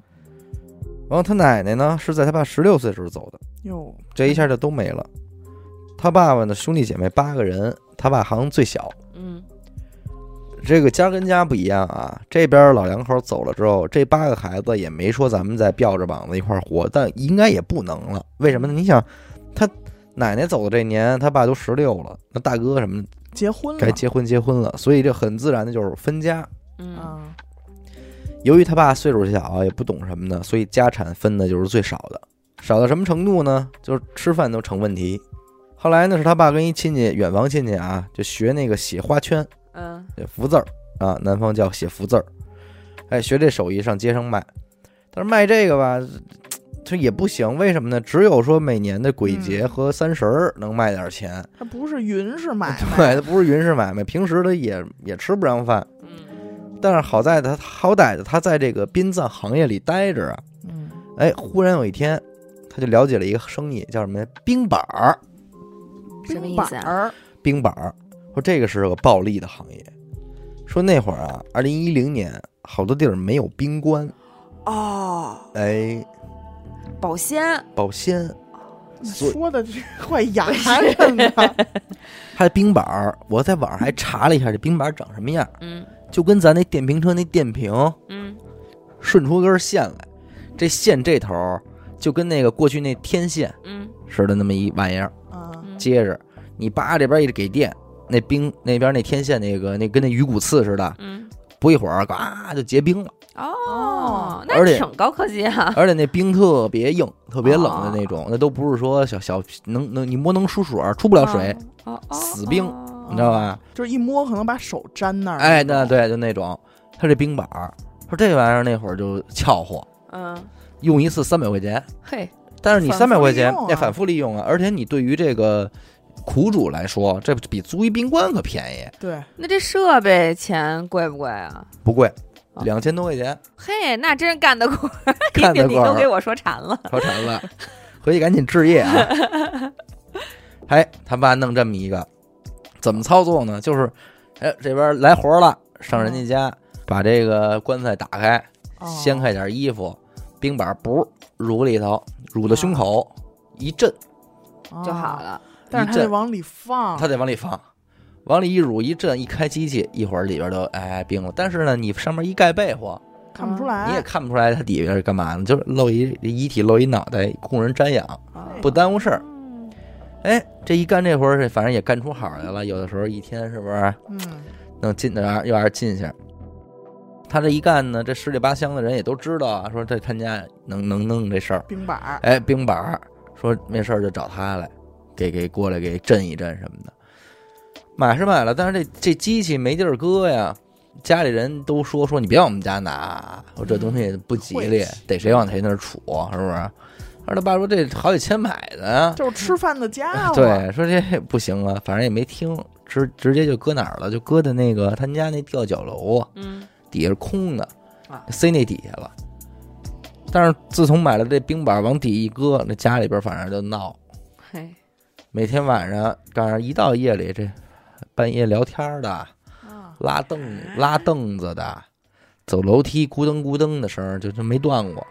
S1: 然后他奶奶呢是在他爸十六岁时候走的。
S2: 哟，
S1: 这一下就都没了。他爸爸呢，兄弟姐妹八个人，他爸好像最小。
S3: 嗯
S1: 这个家跟家不一样啊，这边老两口走了之后，这八个孩子也没说咱们再吊着膀子一块儿活，但应该也不能了。为什么呢？你想，他奶奶走的这年，他爸都十六了，那大哥什么的
S2: 结婚了，
S1: 该结婚结婚了，所以这很自然的就是分家。
S3: 嗯
S2: 啊，
S1: 由于他爸岁数小啊，也不懂什么的，所以家产分的就是最少的，少到什么程度呢？就是吃饭都成问题。后来呢，是他爸跟一亲戚，远房亲戚啊，就学那个写花圈，
S3: 嗯
S1: 写福字儿啊，南方叫写福字儿。哎，学这手艺上街上卖，但是卖这个吧，这也不行，为什么呢？只有说每年的鬼节和三十儿能卖点钱，
S2: 他不是云是买卖，
S1: 对，它不是云市买卖，平时的也也吃不上饭。
S3: 嗯
S1: 但是好在他好歹的他在这个殡葬行业里待着啊，
S2: 嗯
S1: 哎，忽然有一天，他就了解了一个生意，叫什么呀？冰板儿，
S3: 什么
S2: 冰
S3: 意
S2: 板
S3: 思啊
S2: 儿，
S1: 冰板儿。说这个是个暴利的行业。说那会儿啊，二零一零年，好多地儿没有冰棺，
S3: 哦，
S1: 哎，
S3: 保鲜
S1: 保鲜，所以
S2: 说的这快 牙碜了。
S1: 还有冰板儿。我在网上还查了一下，这冰板儿长什么样，
S3: 嗯
S1: 就跟咱那电瓶车那电瓶
S3: 嗯
S1: 顺出根线来，这线这头儿就跟那个过去那天线
S3: 嗯
S1: 似的，那么一玩意儿。
S2: 啊，
S3: 嗯
S1: 接着你叭这边一给电，那冰那边那天线那个那跟那鱼骨刺似的，
S3: 嗯
S1: 不一会儿，嘎就结冰了，
S3: 哦，
S1: 而
S3: 那
S1: 且
S3: 挺高科技啊。
S1: 而且那冰特别硬、特别冷的那
S2: 哦
S1: 种，那都不是说小小能能你摸能出水儿，出不了水，
S3: 哦，哦哦
S1: 死冰
S2: 嗯
S3: 哦
S1: 你知道吧？
S2: 就是一摸可能把手粘那儿。
S1: 哎，那，对，就那种，它这冰板儿，说这玩意儿那会儿就俏货，
S3: 嗯，
S1: 用一次三百块钱，
S3: 嘿，
S1: 但是你
S2: 反
S1: 三百
S2: 复
S1: 块
S2: 利
S1: 钱
S2: 用
S1: 要
S2: 啊
S1: 反复利用啊，而且你对于这个苦主来说，这比租一冰棺可便宜，
S2: 对，
S3: 那这设备钱贵不贵啊？
S1: 不贵，
S3: 哦
S1: 两千多块钱，
S3: 嘿，那真是干得过，你
S1: 干得
S3: 你
S1: 过
S3: 都
S1: 儿
S3: 给我说馋了。
S1: 超馋了， 回去赶紧置业啊！ 哎，他爸弄这么一个，怎么操作呢？就是，哎，这边来活了，上人家家把这个棺材打开，
S2: 哦
S1: 掀开点衣服，冰板不乳里头，乳到胸口一震，
S3: 就好。
S2: 哦
S3: 了。
S2: 但是
S1: 一
S2: 他得
S1: 震
S2: 往里放，
S1: 他得往里放。往里一乳一震，一开机器，一会儿里边都哎冰了。但是呢，你上面一盖被窝，
S2: 看不出
S1: 你也
S2: 来。
S1: 看不出来它底下是干嘛呢，就是露一遗体露一脑袋供人瞻仰，不耽误事儿。
S3: 哦嗯
S1: 哎，这一干这活儿，反正也干出好来了。有的时候一天是不是
S2: 嗯，
S1: 能进点儿有点进去？他这一干呢，这十里八乡的人也都知道啊，说这他家能能弄这事儿。
S2: 冰板儿，
S1: 哎，冰板儿说没事儿就找他来，给给过来给震一震什么的。买是买了，但是这这机器没地儿搁呀，家里人都说说你别往我们家拿，我这东西不吉利
S2: 晦气，
S1: 得谁往谁那儿杵，是不是？二他爸说这好几千买的啊，
S2: 就是吃饭的家
S1: 嗯
S2: 伙。，
S1: 对，说这不行啊，反正也没听，直直接就搁哪儿了，就搁在那个他们家那吊脚楼啊，
S3: 嗯，
S1: 底下是空的
S3: 啊，
S1: 塞那底下了。但是自从买了这冰板，往底一搁，那家里边反正就闹，
S3: 嘿，
S1: 每天晚上赶上一到夜里，这半夜聊天的、
S2: 啊，
S1: 拉凳拉凳子的、走楼梯咕噔咕噔的声儿，就就没断过。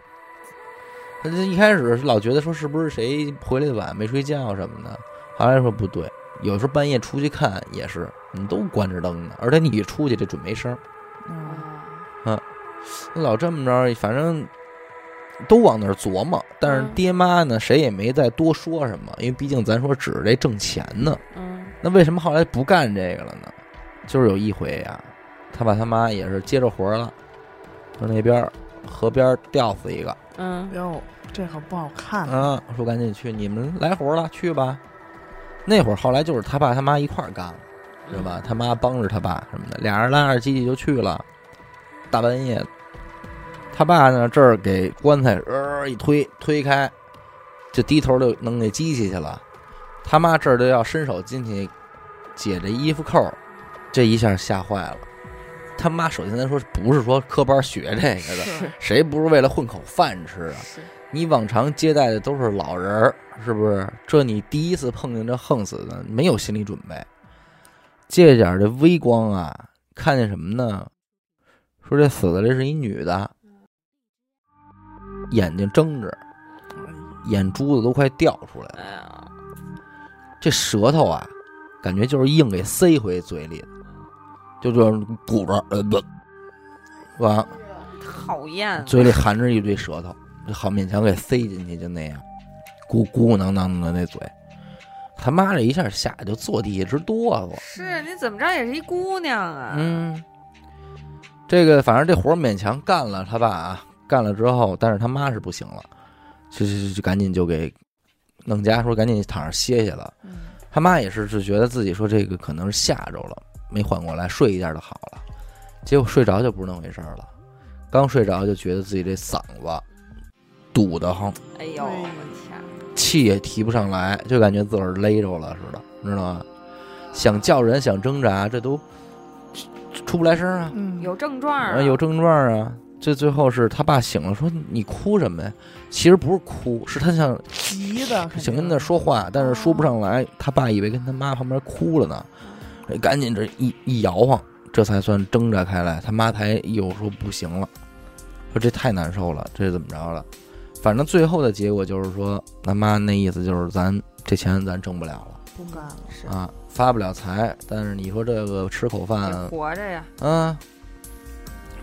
S1: 他这一开始是老觉得说是不是谁回来的晚没睡觉什么的，后来说不对，有时候半夜出去看也是，你都关着灯呢，而且你一出去这准没声儿。
S2: 嗯
S3: 哦
S1: 老这么着，反正都往那儿琢磨，但是
S3: 嗯
S1: 爹妈呢，谁也没再多说什么，因为毕竟咱说指着这挣钱呢。
S3: 嗯
S1: 那为什么后来不干这个了呢？就是有一回呀、他爸他妈也是接着活儿了，说那边儿河边儿吊死一个
S3: 嗯
S2: 哟，这可不好看。
S1: 啊，说赶紧去，你们来活儿了，去吧。那会儿后来就是他爸他妈一块儿干了，知道吧？他妈帮着他爸什么的，俩人拉着机器就去了，大半夜。他爸呢，这儿给棺材呃一推推开，就低头就弄那机器去了。他妈这儿就要伸手进去解这衣服扣，这一下吓坏了。他妈首先来说，不是说科班学这个的，
S2: 是
S1: 谁不是为了混口饭吃啊？
S3: 是
S1: 你往常接待的都是老人儿，是不是？这你第一次碰见这横死的，没有心理准备。借点儿这微光啊，看见什么呢？说这死的这是一女的，眼睛睁着，眼珠子都快掉出来了。
S3: 哎呀，
S1: 这舌头啊，感觉就是硬给塞回嘴里了，就这样鼓着，呃不，完
S3: 讨厌，啊
S1: 嘴里含着一堆舌头，就好勉强给塞进去，就那样，鼓鼓囊囊的那嘴。他妈这一下吓得就坐地下直哆嗦。
S3: 是你怎么着也是一姑娘啊，
S1: 嗯，这个反正这活儿勉强干了，他爸啊干了之后，但是他妈是不行了，就就就赶紧就给弄家说赶紧躺着歇歇了。
S3: 嗯
S1: 他妈也是，就觉得自己说这个可能是吓着了，没缓过来，睡一觉就好了。结果睡着就不是那么回事儿了，刚睡着就觉得自己这嗓子堵得慌，
S3: 哎呦，
S2: 哎
S3: 我天儿，
S1: 气也提不上来，就感觉自个儿勒着了似的，你知道吗？想叫人，想挣扎，这都出出不来声儿啊。
S2: 嗯，
S3: 有症状
S1: 啊
S3: 啊，
S1: 有症状啊。这最后是他爸醒了，说你哭什么呀？其实不是哭，是他想
S2: 急的，肯
S1: 想
S2: 定
S1: 跟他说话，但是说不上来。他爸以为跟他妈旁边哭了呢，哎赶紧这一一摇晃，这才算挣扎开来。他妈才又说不行了，说这太难受了，这怎么着了？反正最后的结果就是说，他妈那意思就是咱这钱咱挣不了了
S2: 不干了，
S3: 是
S1: 啊，发不了财。但是你说这个吃口饭
S3: 得活着呀，
S1: 嗯，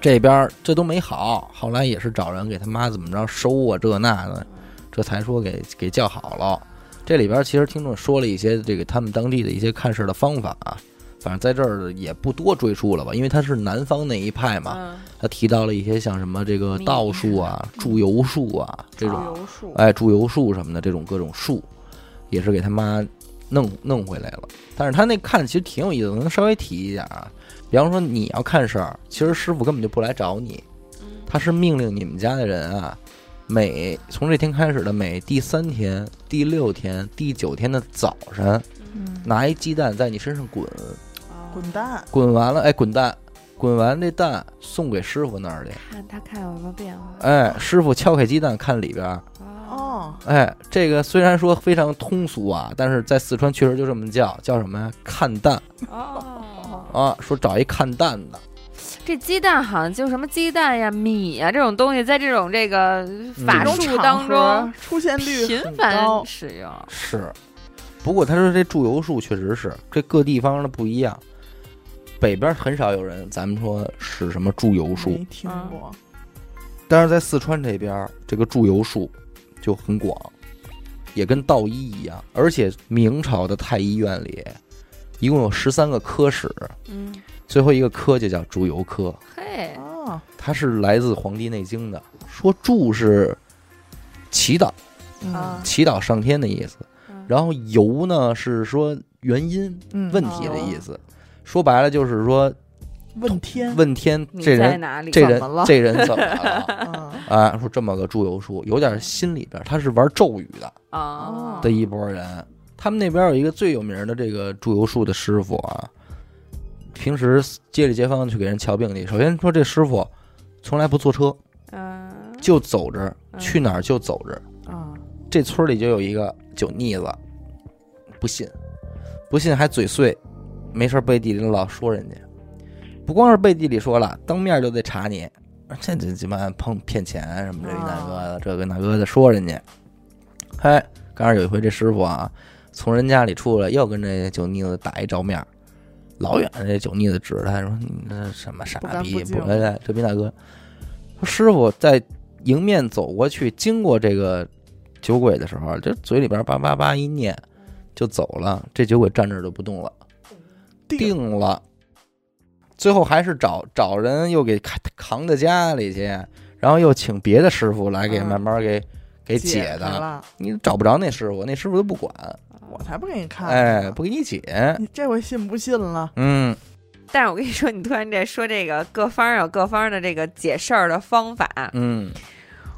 S1: 这边儿这都没好，后来也是找人给他妈怎么着收啊这那的，这才说给给叫好了。这里边儿其实听众说了一些这个他们当地的一些看事儿的方法啊，反正在这儿也不多赘述了吧，因为他是南方那一派嘛，
S3: 嗯，
S1: 他提到了一些像什么这个
S3: 迷
S1: 道术啊、祝由术啊这种，
S3: 油术，
S1: 哎，祝由术什么的这种各种术，也是给他妈弄弄回来了。但是他那看其实挺有意思的，能稍微提一下啊。比方说你要看事儿，其实师傅根本就不来找你，
S3: 嗯
S1: 他是命令你们家的人啊，每从这天开始的每第三天、第六天、第九天的早晨，
S2: 嗯，
S1: 拿一鸡蛋在你身上滚，
S3: 哦
S2: 滚蛋，
S1: 滚完了，哎，滚蛋，滚完这蛋送给师傅那儿去。
S3: 看他看有什么变化。
S1: 哎，师傅敲开鸡蛋看里边儿，
S3: 哦，
S2: 哦，
S1: 哎，这个虽然说非常通俗啊，但是在四川确实就这么叫，叫什么呀？看蛋
S3: 哦，
S1: 啊，说找一看蛋的，
S3: 这鸡蛋好像就什么鸡蛋呀、米呀这种东西，在这种这个
S1: 嗯
S3: 法
S2: 这种
S3: 术
S2: 场
S3: 当
S2: 合
S3: 中
S2: 出现率
S3: 频
S2: 很高
S3: 繁，使用。嗯
S1: 是。不过他说这祝由术确实是这各地方的不一样，北边很少有人咱们说使什么祝由术，
S2: 没听
S3: 嗯
S2: 过，
S1: 但是在四川这边儿，这个祝由术就很广，也跟道医一样。而且明朝的太医院里，一共有十三个科室，
S3: 嗯，
S1: 最后一个科就叫祝由科，
S3: 嘿，
S2: 哦，
S1: 它是来自《黄帝内经》的，说祝是祈祷，
S2: 嗯
S3: 啊
S1: 祈祷上天的意思，
S3: 嗯
S1: 然后由呢是说原因、
S2: 嗯，
S1: 问题的意思。
S3: 哦
S1: 说白了就是说
S2: 问天，
S1: 问天
S3: 你
S1: 这
S3: 在
S1: 人
S3: 哪里？
S1: 这人
S2: 怎么了
S1: 这人怎么 了？
S2: 嗯
S1: 啊，说这么个祝由术，有点心里边，他是玩咒语的
S3: 啊
S1: 的一波人。他们那边有一个最有名的这个祝由术的师傅啊，平时街里街坊去给人瞧病去。首先说这师傅从来不坐车，
S3: 嗯，
S1: 就走着，
S3: 嗯
S1: 去哪儿就走着。
S2: 啊，
S1: 这村里就有一个酒腻子，不信，不信还嘴碎，没事儿背地里老说人家，不光是背地里说了，当面就得查你，这这鸡巴碰骗钱什么这个那个的，这个那个的说人家。嗨，刚是有一回这师傅啊，从人家里出来又跟这酒腻子打一照面儿，老远这酒腻子指着他说：“你这什么傻
S2: 不干
S1: 逼
S2: 不？净
S1: 不来这逼大哥。”说师傅在迎面走过去，经过这个酒鬼的时候，这嘴里边叭叭叭一念，就走了。这酒鬼站这儿就不动了，
S2: 定
S1: 定了。最后还是找找人又给扛扛到家里去，然后又请别的师傅来给
S2: 嗯
S1: 慢慢给、给
S2: 解
S1: 解
S2: 开
S1: 的。
S2: 了，
S1: 你找不着那师傅，那师傅都不管，
S2: 我才不给你
S3: 啊
S2: 看，
S1: 哎，，不给你解。
S2: 你这回信不信了？
S1: 嗯，
S3: 但是我跟你说，你突然这说这个各方有各方的这个解事儿的方法。
S1: 嗯，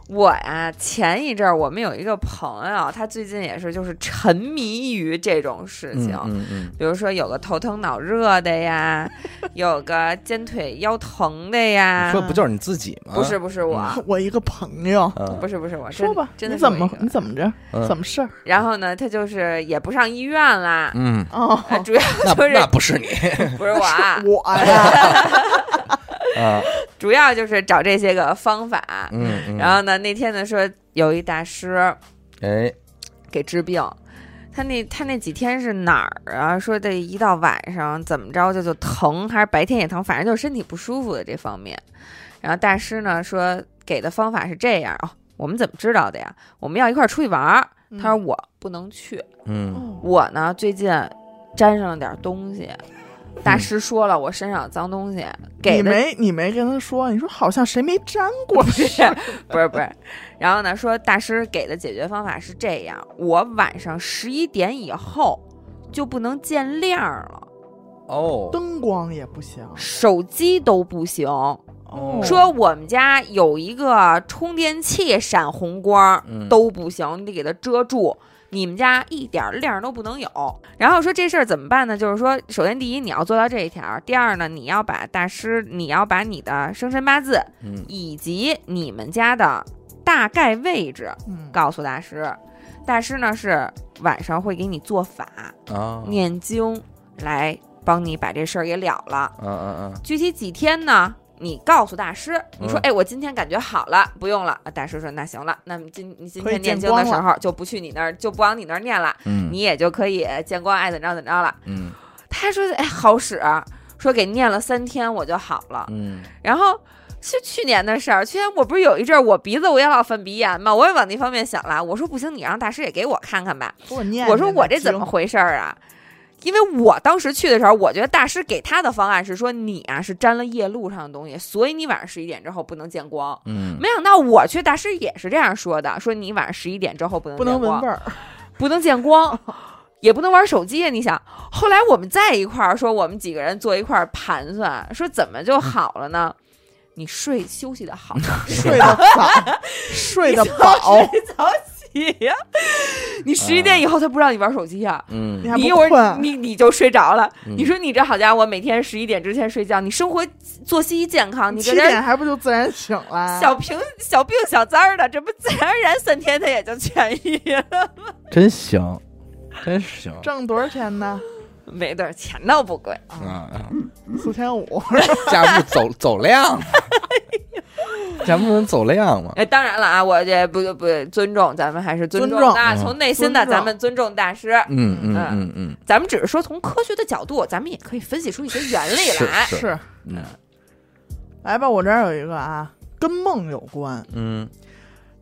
S3: 我呀，前一阵儿我们有一个朋友，他最近也是就是沉迷于这种事
S1: 嗯
S3: 情。
S1: 嗯嗯
S3: 比如说有个头疼脑热的呀，有个肩腿腰疼的
S1: 嗯，
S3: 呀
S1: 你说，不就是你自己吗？
S3: 啊不是，不是我，
S2: 我一个朋友，
S1: 嗯，
S3: 不是不是我，啊真
S2: 说吧，
S3: 真
S2: 你
S3: 的
S2: 怎么
S3: 是我一个
S2: 你怎么着，
S1: 嗯
S2: 怎么事儿？
S3: 然后呢，他就是也不上医院啦，
S1: 嗯，
S2: 哦，
S3: 啊，主要
S1: 那
S3: 就是
S1: 那不是 你
S3: 不是我啊，
S2: 我呀，
S1: 啊，
S3: 主要就是找这些个方法。
S1: 嗯嗯，
S3: 然后呢，那天呢说有一大师
S1: 哎，
S3: 给治病。他那他那几天是哪儿啊？说这一到晚上怎么着就就疼，还是白天也疼，反正就是身体不舒服的这方面。然后大师呢说给的方法是这样哦，我们怎么知道的呀？我们要一块儿出去玩儿。 他说我不能去，
S1: 嗯
S2: 嗯，
S3: 我呢最近沾上了点东西。大师说了，我身上有脏东西，给
S2: 你
S3: 的
S2: 没你没跟他说，你说好像谁没沾过
S3: 不是不是不是，然后呢，说大师给的解决方法是这样：我晚上十一点以后就不能见亮了，
S1: 哦，
S2: 灯光也不行，
S3: 手机都不行。
S1: 哦
S3: 说我们家有一个充电器闪红光
S1: 嗯
S3: 都不行，你得给它遮住。你们家一点亮都不能有。然后说这事儿怎么办呢？就是说，首先第一你要做到这一条，第二呢，你要把大师，你要把你的生辰八字
S1: 嗯
S3: 以及你们家的大概位置
S2: 嗯，
S3: 告诉大师，大师呢是晚上会给你做法、
S1: 啊，
S3: 念经来帮你把这事儿给了了。
S1: 嗯嗯嗯，
S3: 具体几天呢？你告诉大师，你说，
S1: 嗯
S3: 哎，我今天感觉好了，不用了。啊大师说，那行了，那么今你今
S2: 可以
S3: 天念
S2: 见
S3: 经
S2: 光
S3: 的时
S2: 了
S3: 候就不去你那儿，就不往你那儿念了，
S1: 嗯
S3: 你也就可以见光，爱哎怎么着怎么着了。
S1: 嗯
S3: 他说，哎，好使，说给念了三天我就好了。
S1: 嗯
S3: 然后是去年的事儿，去年我不是有一阵儿我鼻子我也老犯鼻炎嘛，我也往那方面想了。我说不行，你让大师也给我看看吧。
S2: 给我念，
S3: 我说我这怎么？回事儿啊？因为我当时去的时候，我觉得大师给他的方案是说你啊是沾了夜路上的东西，所以你晚上十一点之后不能见光。
S1: 嗯，
S3: 没想到我去，大师也是这样说的，说你晚上十一点之后不能
S2: 不能
S3: 见
S2: 闻
S3: 光
S2: 味儿，
S3: 不能见光，也不能玩手机啊！你想，后来我们在一块儿说，我们几个人坐一块儿盘算，说怎么就好了呢？你睡休息的好，
S2: 睡得早，睡得饱，
S3: 你早起呀、你十一点以后他不让你玩手机啊。
S1: 嗯
S2: 你还
S3: 你一
S2: 不
S3: 会儿
S2: 困，
S3: 你你就睡着了，
S1: 嗯
S3: 你说你这好家伙，每天十一点之前睡觉，你生活作息一健康，你
S2: 七
S3: 这人
S2: 点还不就自然醒了？
S3: 小平小病小灾儿的，这不自然而然三天他也就痊愈了，
S1: 真行，真行
S2: 挣多少钱呢？
S3: 没多少钱倒不贵。
S2: 啊，
S1: 啊！
S2: 四千五，
S1: 架不住走 走量，架不住能走量嘛。
S3: 哎，当然了啊，我这不不尊重，咱们还是尊
S2: 尊
S3: 重
S2: 重
S3: 大，
S1: 嗯
S3: 从内心的
S2: 尊重
S3: 咱们尊重大师。
S1: 嗯嗯嗯嗯，
S3: 咱们只是说从科学的角度，咱们也可以分析出一些原理
S1: 是
S3: 来。
S1: 是，
S2: 是
S1: 嗯
S2: 来吧，我这儿有一个啊，跟梦有关。
S1: 嗯，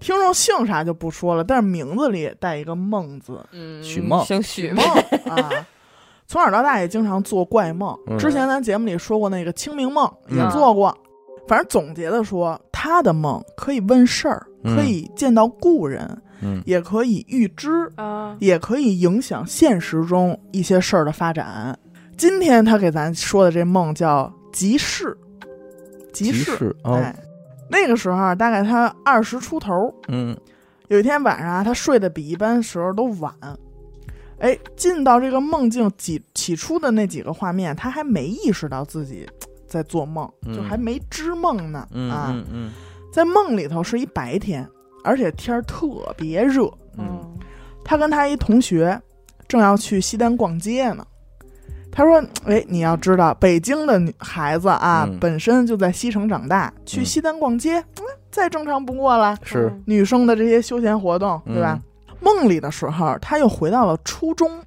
S2: 听众姓啥就不说了，但是名字里也带一个“梦”字，
S3: 嗯，
S1: 许梦
S3: 姓许
S2: 梦，啊。从小到大也经常做怪梦，
S1: 嗯
S2: 之前咱节目里说过那个清明梦也
S1: 嗯
S2: 做过。反正总结的说，他的梦可以问事儿，可以见到故人，
S1: 嗯
S2: 也可以预知，
S3: 啊，
S2: 也可以影响现实中一些事儿的发展。今天他给咱说的这梦叫集市，集市，
S1: 是哦，
S2: 哎，那个时候啊大概他二十出头，
S1: 嗯
S2: 有一天晚上啊，他睡得比一般时候都晚。哎，进到这个梦境起起初的那几个画面，他还没意识到自己嘖在做梦，
S1: 嗯
S2: 就还没知梦呢、
S1: 嗯
S2: 啊。
S1: 嗯嗯
S2: 在梦里头是一白天，而且天儿特别热。
S1: 嗯
S3: 嗯
S2: 他跟他一同学正要去西单逛街呢。他说：“哎，你要知道，北京的女孩子啊，
S1: 嗯
S2: 本身就在西城长大，去
S1: 嗯
S2: 西单逛街，嗯再正常不过了。
S1: 是，
S3: 哦
S2: 女生的这些休闲活动，
S1: 嗯
S2: 对吧？梦里的时候，他又回到了初中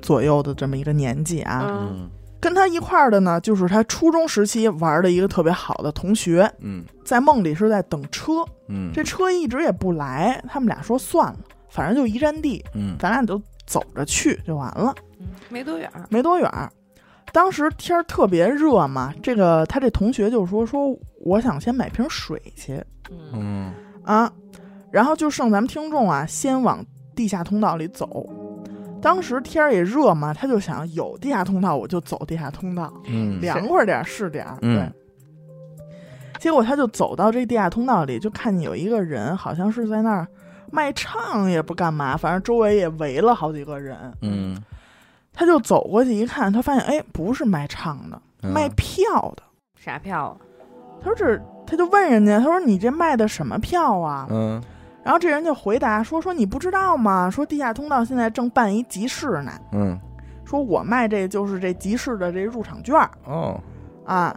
S2: 左右的这么一个年纪啊。
S3: 嗯
S1: 嗯
S2: 跟他一块儿的呢，就是他初中时期玩的一个特别好的同学，
S1: 嗯
S2: 在梦里是在等车，
S1: 嗯
S2: 这车一直也不来。他们俩说算了，反正就一站地，
S1: 嗯
S2: 咱俩就走着去就完了，
S3: 嗯，没多远儿，
S2: 没多远儿。当时天儿特别热嘛，这个他这同学就说说我想先买瓶水去，
S3: 嗯
S1: 嗯
S2: 啊，然后就剩咱们听众啊，先往地下通道里走。当时天儿也热嘛，他就想有地下通道我就走地下通道，
S1: 嗯
S2: 凉快点儿是点儿。
S1: 嗯
S2: 对。结果他就走到这地下通道里，就看见有一个人，好像是在那儿卖唱，也不干嘛，反正周围也围了好几个人。
S1: 嗯，
S2: 他就走过去一看，他发现哎，不是卖唱的，
S1: 嗯
S2: 卖票的。
S3: 啥票啊？
S2: 他说这，他就问人家，他说你这卖的什么票啊？
S1: 嗯
S2: 然后这人就回答说：“说你不知道吗？说地下通道现在正办一集市呢，
S1: 嗯
S2: 说我卖这就是这集市的这入场券儿
S1: 哦
S2: 啊。”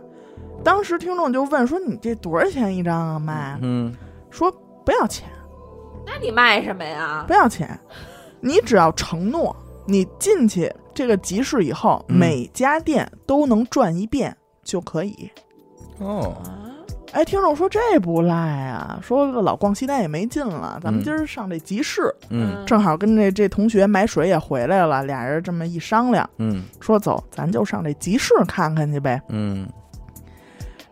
S2: 当时听众就问说：“你这多少钱一张啊，卖？”
S1: 嗯
S2: 说：“不要钱，
S3: 那你卖什么呀
S2: 不？要钱，你只要承诺，你进去这个集市以后，
S1: 嗯
S2: 每家店都能转一遍就可以。”
S1: 哦
S3: 啊
S2: 哎，听众说这不赖啊，说老逛西单也没劲了，咱
S1: 嗯
S2: 们今儿上这集市，
S1: 嗯
S2: 正好跟这这同学买水也回来了，俩人这么一商量，
S1: 嗯
S2: 说走，咱就上这集市看看去呗。
S1: 嗯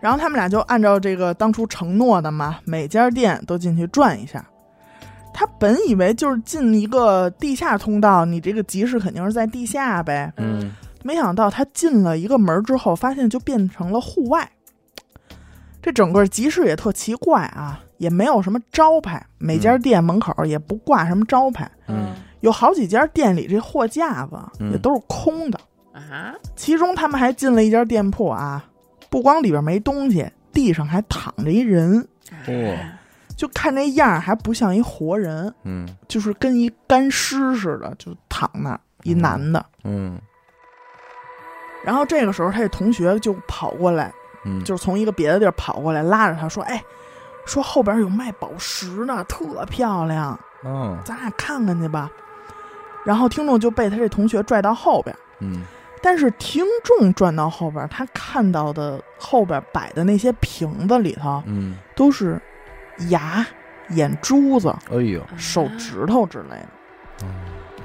S2: 然后他们俩就按照这个当初承诺的嘛，每家店都进去转一下。他本以为就是进一个地下通道，你这个集市肯定是在地下呗，
S1: 嗯
S2: 没想到他进了一个门之后，发现就变成了户外。这整个集市也特奇怪啊，也没有什么招牌，每家店门口也不挂什么招牌。
S1: 嗯
S2: 有好几家店里这货架子
S1: 嗯
S2: 也都是空的，
S3: 啊，
S2: 其中他们还进了一家店铺啊，不光里边没东西，地上还躺着一人，
S3: 啊
S1: 哦
S2: 就看那样儿还不像一活人，
S1: 嗯
S2: 就是跟一干尸似的，就躺那儿一男的。
S1: 嗯
S2: 然后这个时候，他这同学就跑过来，
S1: 嗯
S2: 就是从一个别的地儿跑过来，拉着他说：“哎，说后边有卖宝石的，特漂亮。”
S1: 哦
S2: 咱俩看看去吧。然后听众就被他这同学拽到后边，
S1: 嗯
S2: 但是听众转到后边，他看到的后边摆的那些瓶子里头
S1: 嗯，
S2: 都是牙、眼珠子、
S1: 哎呦
S2: 手指头之类的。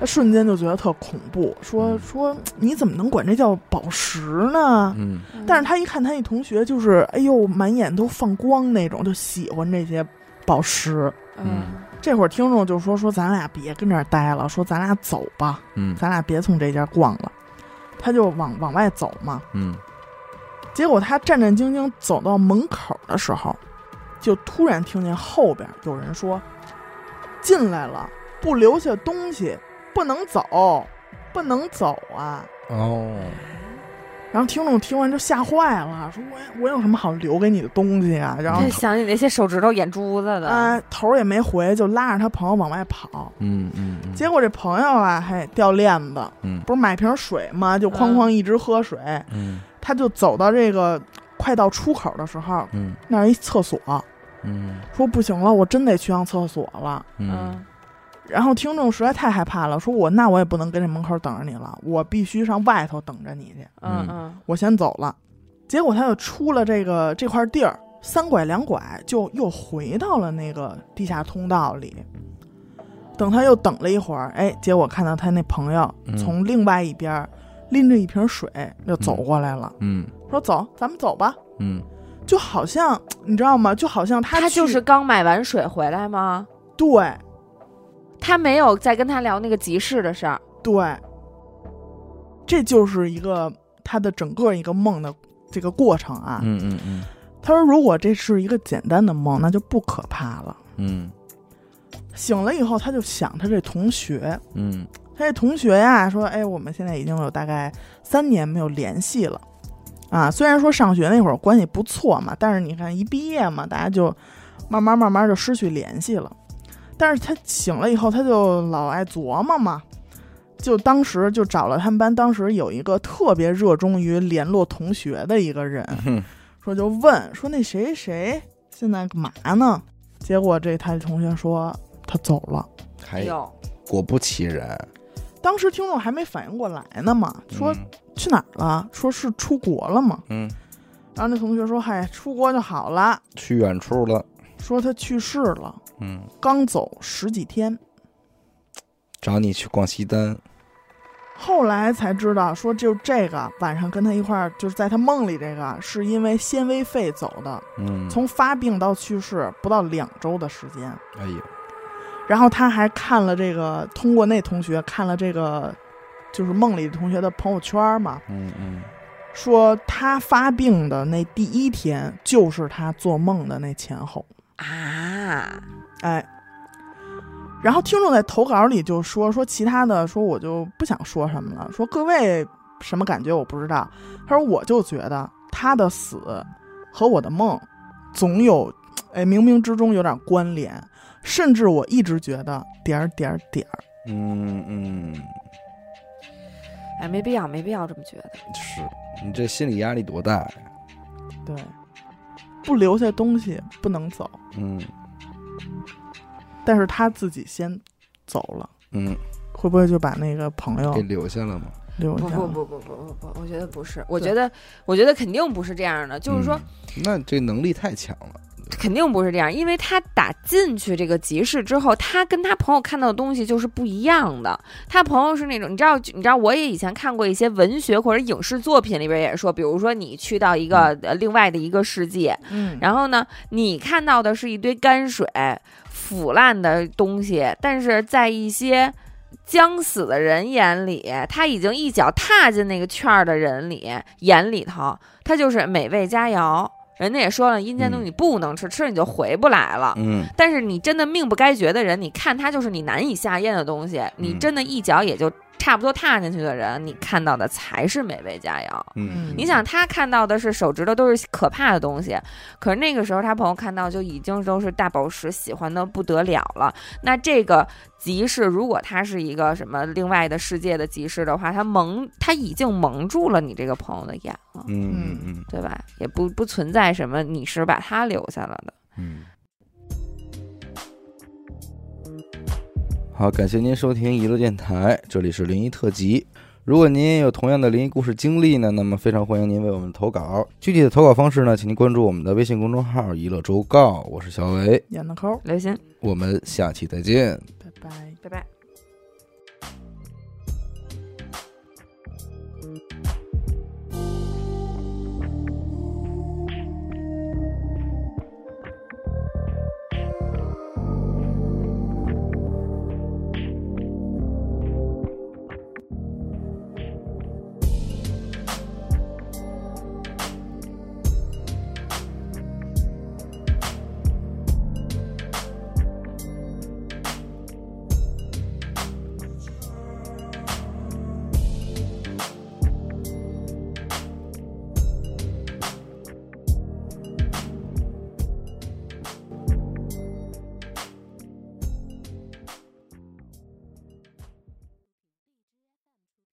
S2: 他瞬间就觉得特恐怖，说
S1: 嗯
S2: 说你怎么能管这叫宝石呢？
S1: 嗯
S2: 但是他一看他一同学就是，哎呦，满眼都放光那种，就喜欢这些宝石。
S1: 嗯
S2: 这会儿听众就说说咱俩别跟这儿待了，说咱俩走吧，
S1: 嗯
S2: 咱俩别从这家逛了。他就往往外走嘛，
S1: 嗯
S2: 结果他战战兢兢走到门口的时候，就突然听见后边有人说：“进来了，不留下东西，不能走，不能走啊
S1: 哦，！”
S2: 然后听众听完就吓坏了，说哎我：“我有什么好留给你的东西啊？”
S1: 嗯
S2: 然后
S3: 就想起那些手指头、眼珠子的，
S2: 啊、头儿也没回，就拉着他朋友往外跑。
S1: 嗯嗯嗯，
S2: 结果这朋友啊，还掉链子，
S1: 嗯
S2: 不是买瓶水嘛，就哐哐一直喝水。
S1: 嗯
S2: 他就走到这个快到出口的时候，
S1: 嗯
S2: 那儿一厕所，
S1: 嗯
S2: 说不行了，我真得去趟厕所了。
S1: 嗯
S3: 嗯
S2: 然后听众实在太害怕了，说我那我也不能跟这门口等着你了，我必须上外头等着你去，
S1: 嗯
S3: 嗯嗯，
S2: 我先走了。结果他就出了这个这块地儿，三拐两拐就又回到了那个地下通道里。等他又等了一会儿，哎，结果看到他那朋友
S1: 嗯
S2: 从另外一边儿拎着一瓶水就走过来了，
S1: 嗯
S2: 说走，咱们走吧。
S1: 嗯
S2: 就好像你知道吗？就好像他
S3: 他就
S2: 去
S3: 是刚买完水回来吗？
S2: 对
S3: 他没有再跟他聊那个集市的事儿，
S2: 对，这就是一个他的整个一个梦的这个过程啊。
S1: 嗯嗯嗯
S2: 他说，如果这是一个简单的梦，那就不可怕了。
S1: 嗯
S2: 醒了以后，他就想他这同学，
S1: 嗯
S2: 他这同学呀、说，哎，我们现在已经有大概三年没有联系了。啊，虽然说上学那会儿关系不错嘛，但是你看一毕业嘛，大家就慢慢慢慢就失去联系了。但是他醒了以后，他就老爱琢磨嘛，就当时就找了他们班当时有一个特别热衷于联络同学的一个人，说就问说那谁谁现在干嘛呢？结果这他同学说他走了。
S3: 哎
S1: 还
S3: 呦，
S1: 果不其然，
S2: 当时听众还没反应过来呢嘛，说
S1: 嗯
S2: 去哪儿了？说是出国了嘛？
S1: 嗯，
S2: 然后那同学说：“嗨，出国就好了。
S1: 去远处了，”
S2: 说他去世了，
S1: 嗯，
S2: 刚走十几天，
S1: 找你去逛西单，
S2: 后来才知道说就这个晚上跟他一块儿，就是在他梦里这个是因为纤维肺走的，
S1: 嗯，
S2: 从发病到去世不到两周的时间。
S1: 哎呦，
S2: 然后他还看了这个，通过那同学看了这个，就是梦里同学的朋友圈嘛，
S1: 嗯嗯
S2: 说他发病的那第一天就是他做梦的那前后，
S3: 啊，
S2: 哎。然后听众在投稿里就说说其他的，说我就不想说什么了，说各位什么感觉我不知道。他说我就觉得他的死和我的梦总有，哎，冥冥之中有点关联，甚至我一直觉得点儿点儿点儿。
S1: 嗯嗯，
S3: 哎，没必要，没必要这么觉得。
S1: 是你这心理压力多大呀？
S2: 对，不留下东西不能走，
S1: 嗯
S2: 但是他自己先走了。
S1: 嗯，
S2: 会不会就把那个朋友
S1: 给留下了吗？
S2: 留
S3: 不
S2: 下？
S3: 不不不不不不，我觉得不是，我
S2: 对
S3: 觉得我觉得肯定不是这样的，就是说、
S1: 嗯，那这能力太强了，
S3: 肯定不是这样，因为他打进去这个集市之后，他跟他朋友看到的东西就是不一样的。他朋友是那种，你知道，你知道，我也以前看过一些文学或者影视作品里边也说，比如说你去到一个呃另外的一个世界，
S2: 嗯
S3: 然后呢，你看到的是一堆泔水、腐烂的东西，但是在一些将死的人眼里，他已经一脚踏进那个圈儿的人里眼里头，他就是美味佳肴。人家也说了，阴间东西你不能吃，吃了你就回不来了。
S1: 嗯
S3: 但是你真的命不该绝的人，你看他就是你难以下咽的东西，你
S1: 嗯
S3: 真的一脚也就差不多踏进去的人，你看到的才是美味佳肴。
S1: 嗯，
S3: 你想，他看到的是手指头都是可怕的东西，可是那个时候他朋友看到就已经都是大宝石，喜欢的不得了了。那这个集市，如果它是一个什么另外的世界的集市的话，他蒙他已经蒙住了你这个朋友的眼了，
S1: 嗯嗯嗯
S3: 对吧？也不不存在什么你是把他留下了的。
S1: 嗯。好，感谢您收听娱乐电台，这里是灵异特辑。如果您也有同样的灵异故事经历呢，那么非常欢迎您为我们投稿。具体的投稿方式呢，请您关注我们的微信公众号“娱乐周告”，我是小伟，
S2: 演的抠，
S3: 刘鑫，
S1: 我们下期再见。
S2: 嗯拜拜。
S3: 拜拜。
S4: 见。